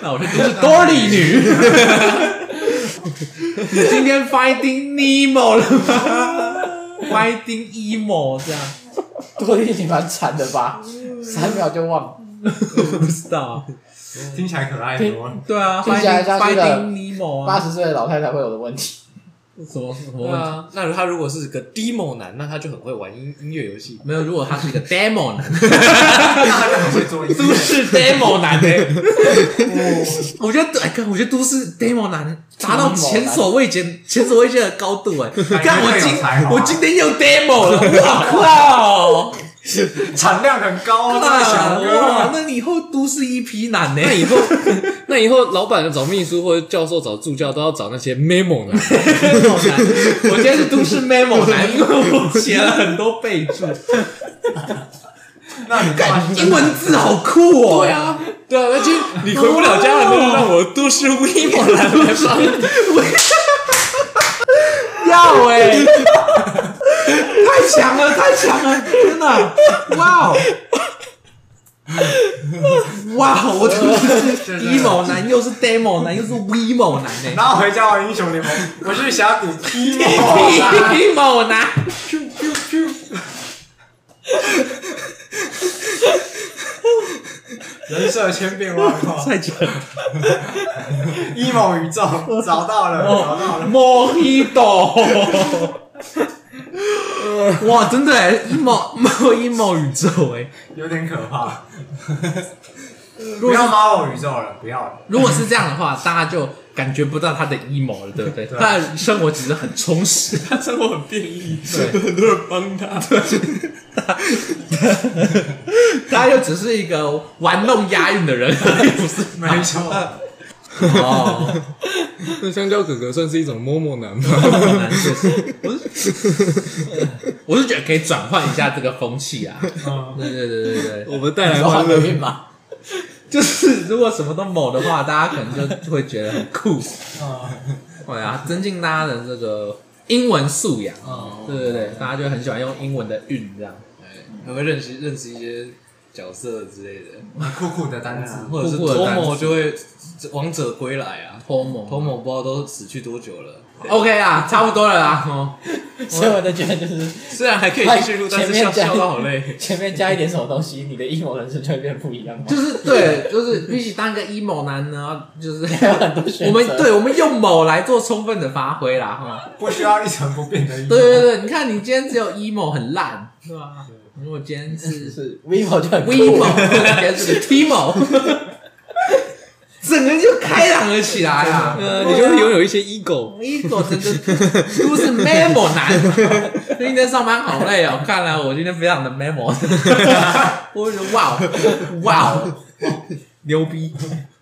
S1: 那我是都市 dory 女。你今天 finding nemo 了吗？finding emo 这样，
S4: 多一点蛮惨的吧，三秒就忘。
S1: 不知道啊。
S3: 听起来可爱多了。
S1: 对啊
S4: 听起来
S1: ，finding
S4: 像是个
S1: finding nemo
S4: 八
S1: 啊，
S4: 十岁的老太太会有的问题，
S1: 什么什么
S2: 对
S1: 问题？
S2: 啊，那他如果是个 demo 男，那他就很会玩音音乐游戏。
S1: 没有，如果他是一
S2: [LAUGHS]
S1: 个 demo 男，
S3: 他可能会做音
S1: 都
S3: 乐，
S1: 市 demo 男
S2: 欸 [LAUGHS]
S1: 的、我觉得哎，看我觉得都市 demo 男达到前所未见、前所未见的高度哎！你 [LAUGHS] 看我今
S3: 有才华
S1: 我今天又 demo 了，
S4: 啊
S1: 我靠！
S3: 产量很高
S1: [LAUGHS]
S3: 啊，这个小哥。
S1: 哇，那你以后都市一批男呢？
S8: 那以后，那以后老板找秘书或者教授找助教都要找那些 memo
S1: [LAUGHS]
S8: 的，
S1: demo 男，我今天是都市 memo 男，因为我写了很多备注，
S3: 那你干
S1: 英文字好酷哦！对啊，
S8: 对啊，而且你回不了家了，就让我都
S1: [LAUGHS]
S8: 市 memo 来来吧。
S1: 要哎、太强了，太强了，真的，哇哦！哇哦！我都是 emo 男，又是 demo 男，又是 vemo 男呢、
S3: 然后回家玩英雄联盟，我是峡谷 [LAUGHS] T
S1: emo 男，
S3: 人设千变万化
S1: 太强了！
S3: ，emo 宇宙找到了，找到了。
S1: 莫希朵， [LAUGHS] 哇，真的、欸、emo emo emo 宇宙哎、
S3: 有点可怕。不要骂我宇宙了，不要了。
S1: 如果是这样的话，大家就感觉不到他的 emo
S8: [LAUGHS]
S1: 了，对不对？
S8: 啊
S3: 对
S1: 他的生活其实很充实，他生活很便利，很多人帮他。他又只是一个玩弄押韵的
S8: [LAUGHS]
S1: 人，不是？
S3: 没错， [LAUGHS]
S1: 哦，
S8: 那香蕉哥哥算是一种 memo
S1: [LAUGHS]
S8: 男吧？
S1: 难确实，我是我是觉得可以转换一下这个风气
S8: [LAUGHS]
S1: 啊。
S3: 嗯
S1: 对对对对对，
S8: 我们带来
S4: 好
S8: 欢
S4: 有
S8: 乐，
S4: 病吧？
S1: 就是如果什么都某的话，大家可能就会觉得很酷。
S3: 嗯
S1: 对啊，增进大家的这个英文素养。
S2: 哦
S1: 对对对，大家就很喜欢用英文的韵这样。
S2: 哎还会认识认识一些角色之类的，
S3: 酷酷的单字，
S2: 或者是
S1: 酷酷的单词
S2: Tomo 就会王者归来啊。
S1: Tomo
S2: Tomo 不知道都死去多久了，
S1: OK 啊，差不多了啦。哦，
S4: 所以我就觉得就是
S2: 虽然还可以继续录，但是笑笑到好累。
S4: 前面加一点什么东西，你的 emo 人生就会变不一样嘛
S1: 就。是对，就是必须当个 emo 男呢，就是 [LAUGHS]
S4: 还有很多选择
S1: 我们对，我们用某来做充分的发挥啦。哈，哦
S3: 不需要一成不变的。
S1: 对对对，你看你今天只有 emo 很烂，对吧？如果今天是
S9: 是 vivo 就很酷
S4: [LAUGHS]
S1: vivo，今天是 timo，
S10: 整个就开朗了起来啊！
S2: 呃，你就会拥有一些 ego。
S1: vivo 整个都是 memo 男。 [LAUGHS] 最近在上班好累哦，看来我今天非常的 memo。我就觉得哇哦哇哦，牛逼！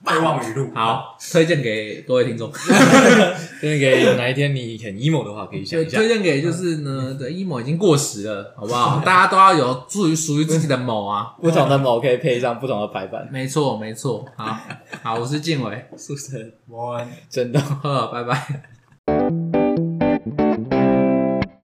S3: 备忘语录，
S1: 好，推荐给各位听众。
S2: 真的给哪一天你很 emo 的话，可以想
S1: 就
S2: 一下嗯
S1: 推。荐给就是呢，对，emo 已经过时了，好不
S2: [LAUGHS]
S1: 好？大家都要有属于属于自己的某啊。
S4: 不同的某可以配上不同的排
S2: [LAUGHS]
S4: 版，
S1: 没错，没错。好，好，我是静伟，
S4: 宿舍
S3: 我
S4: 真的。
S1: 呵，拜拜。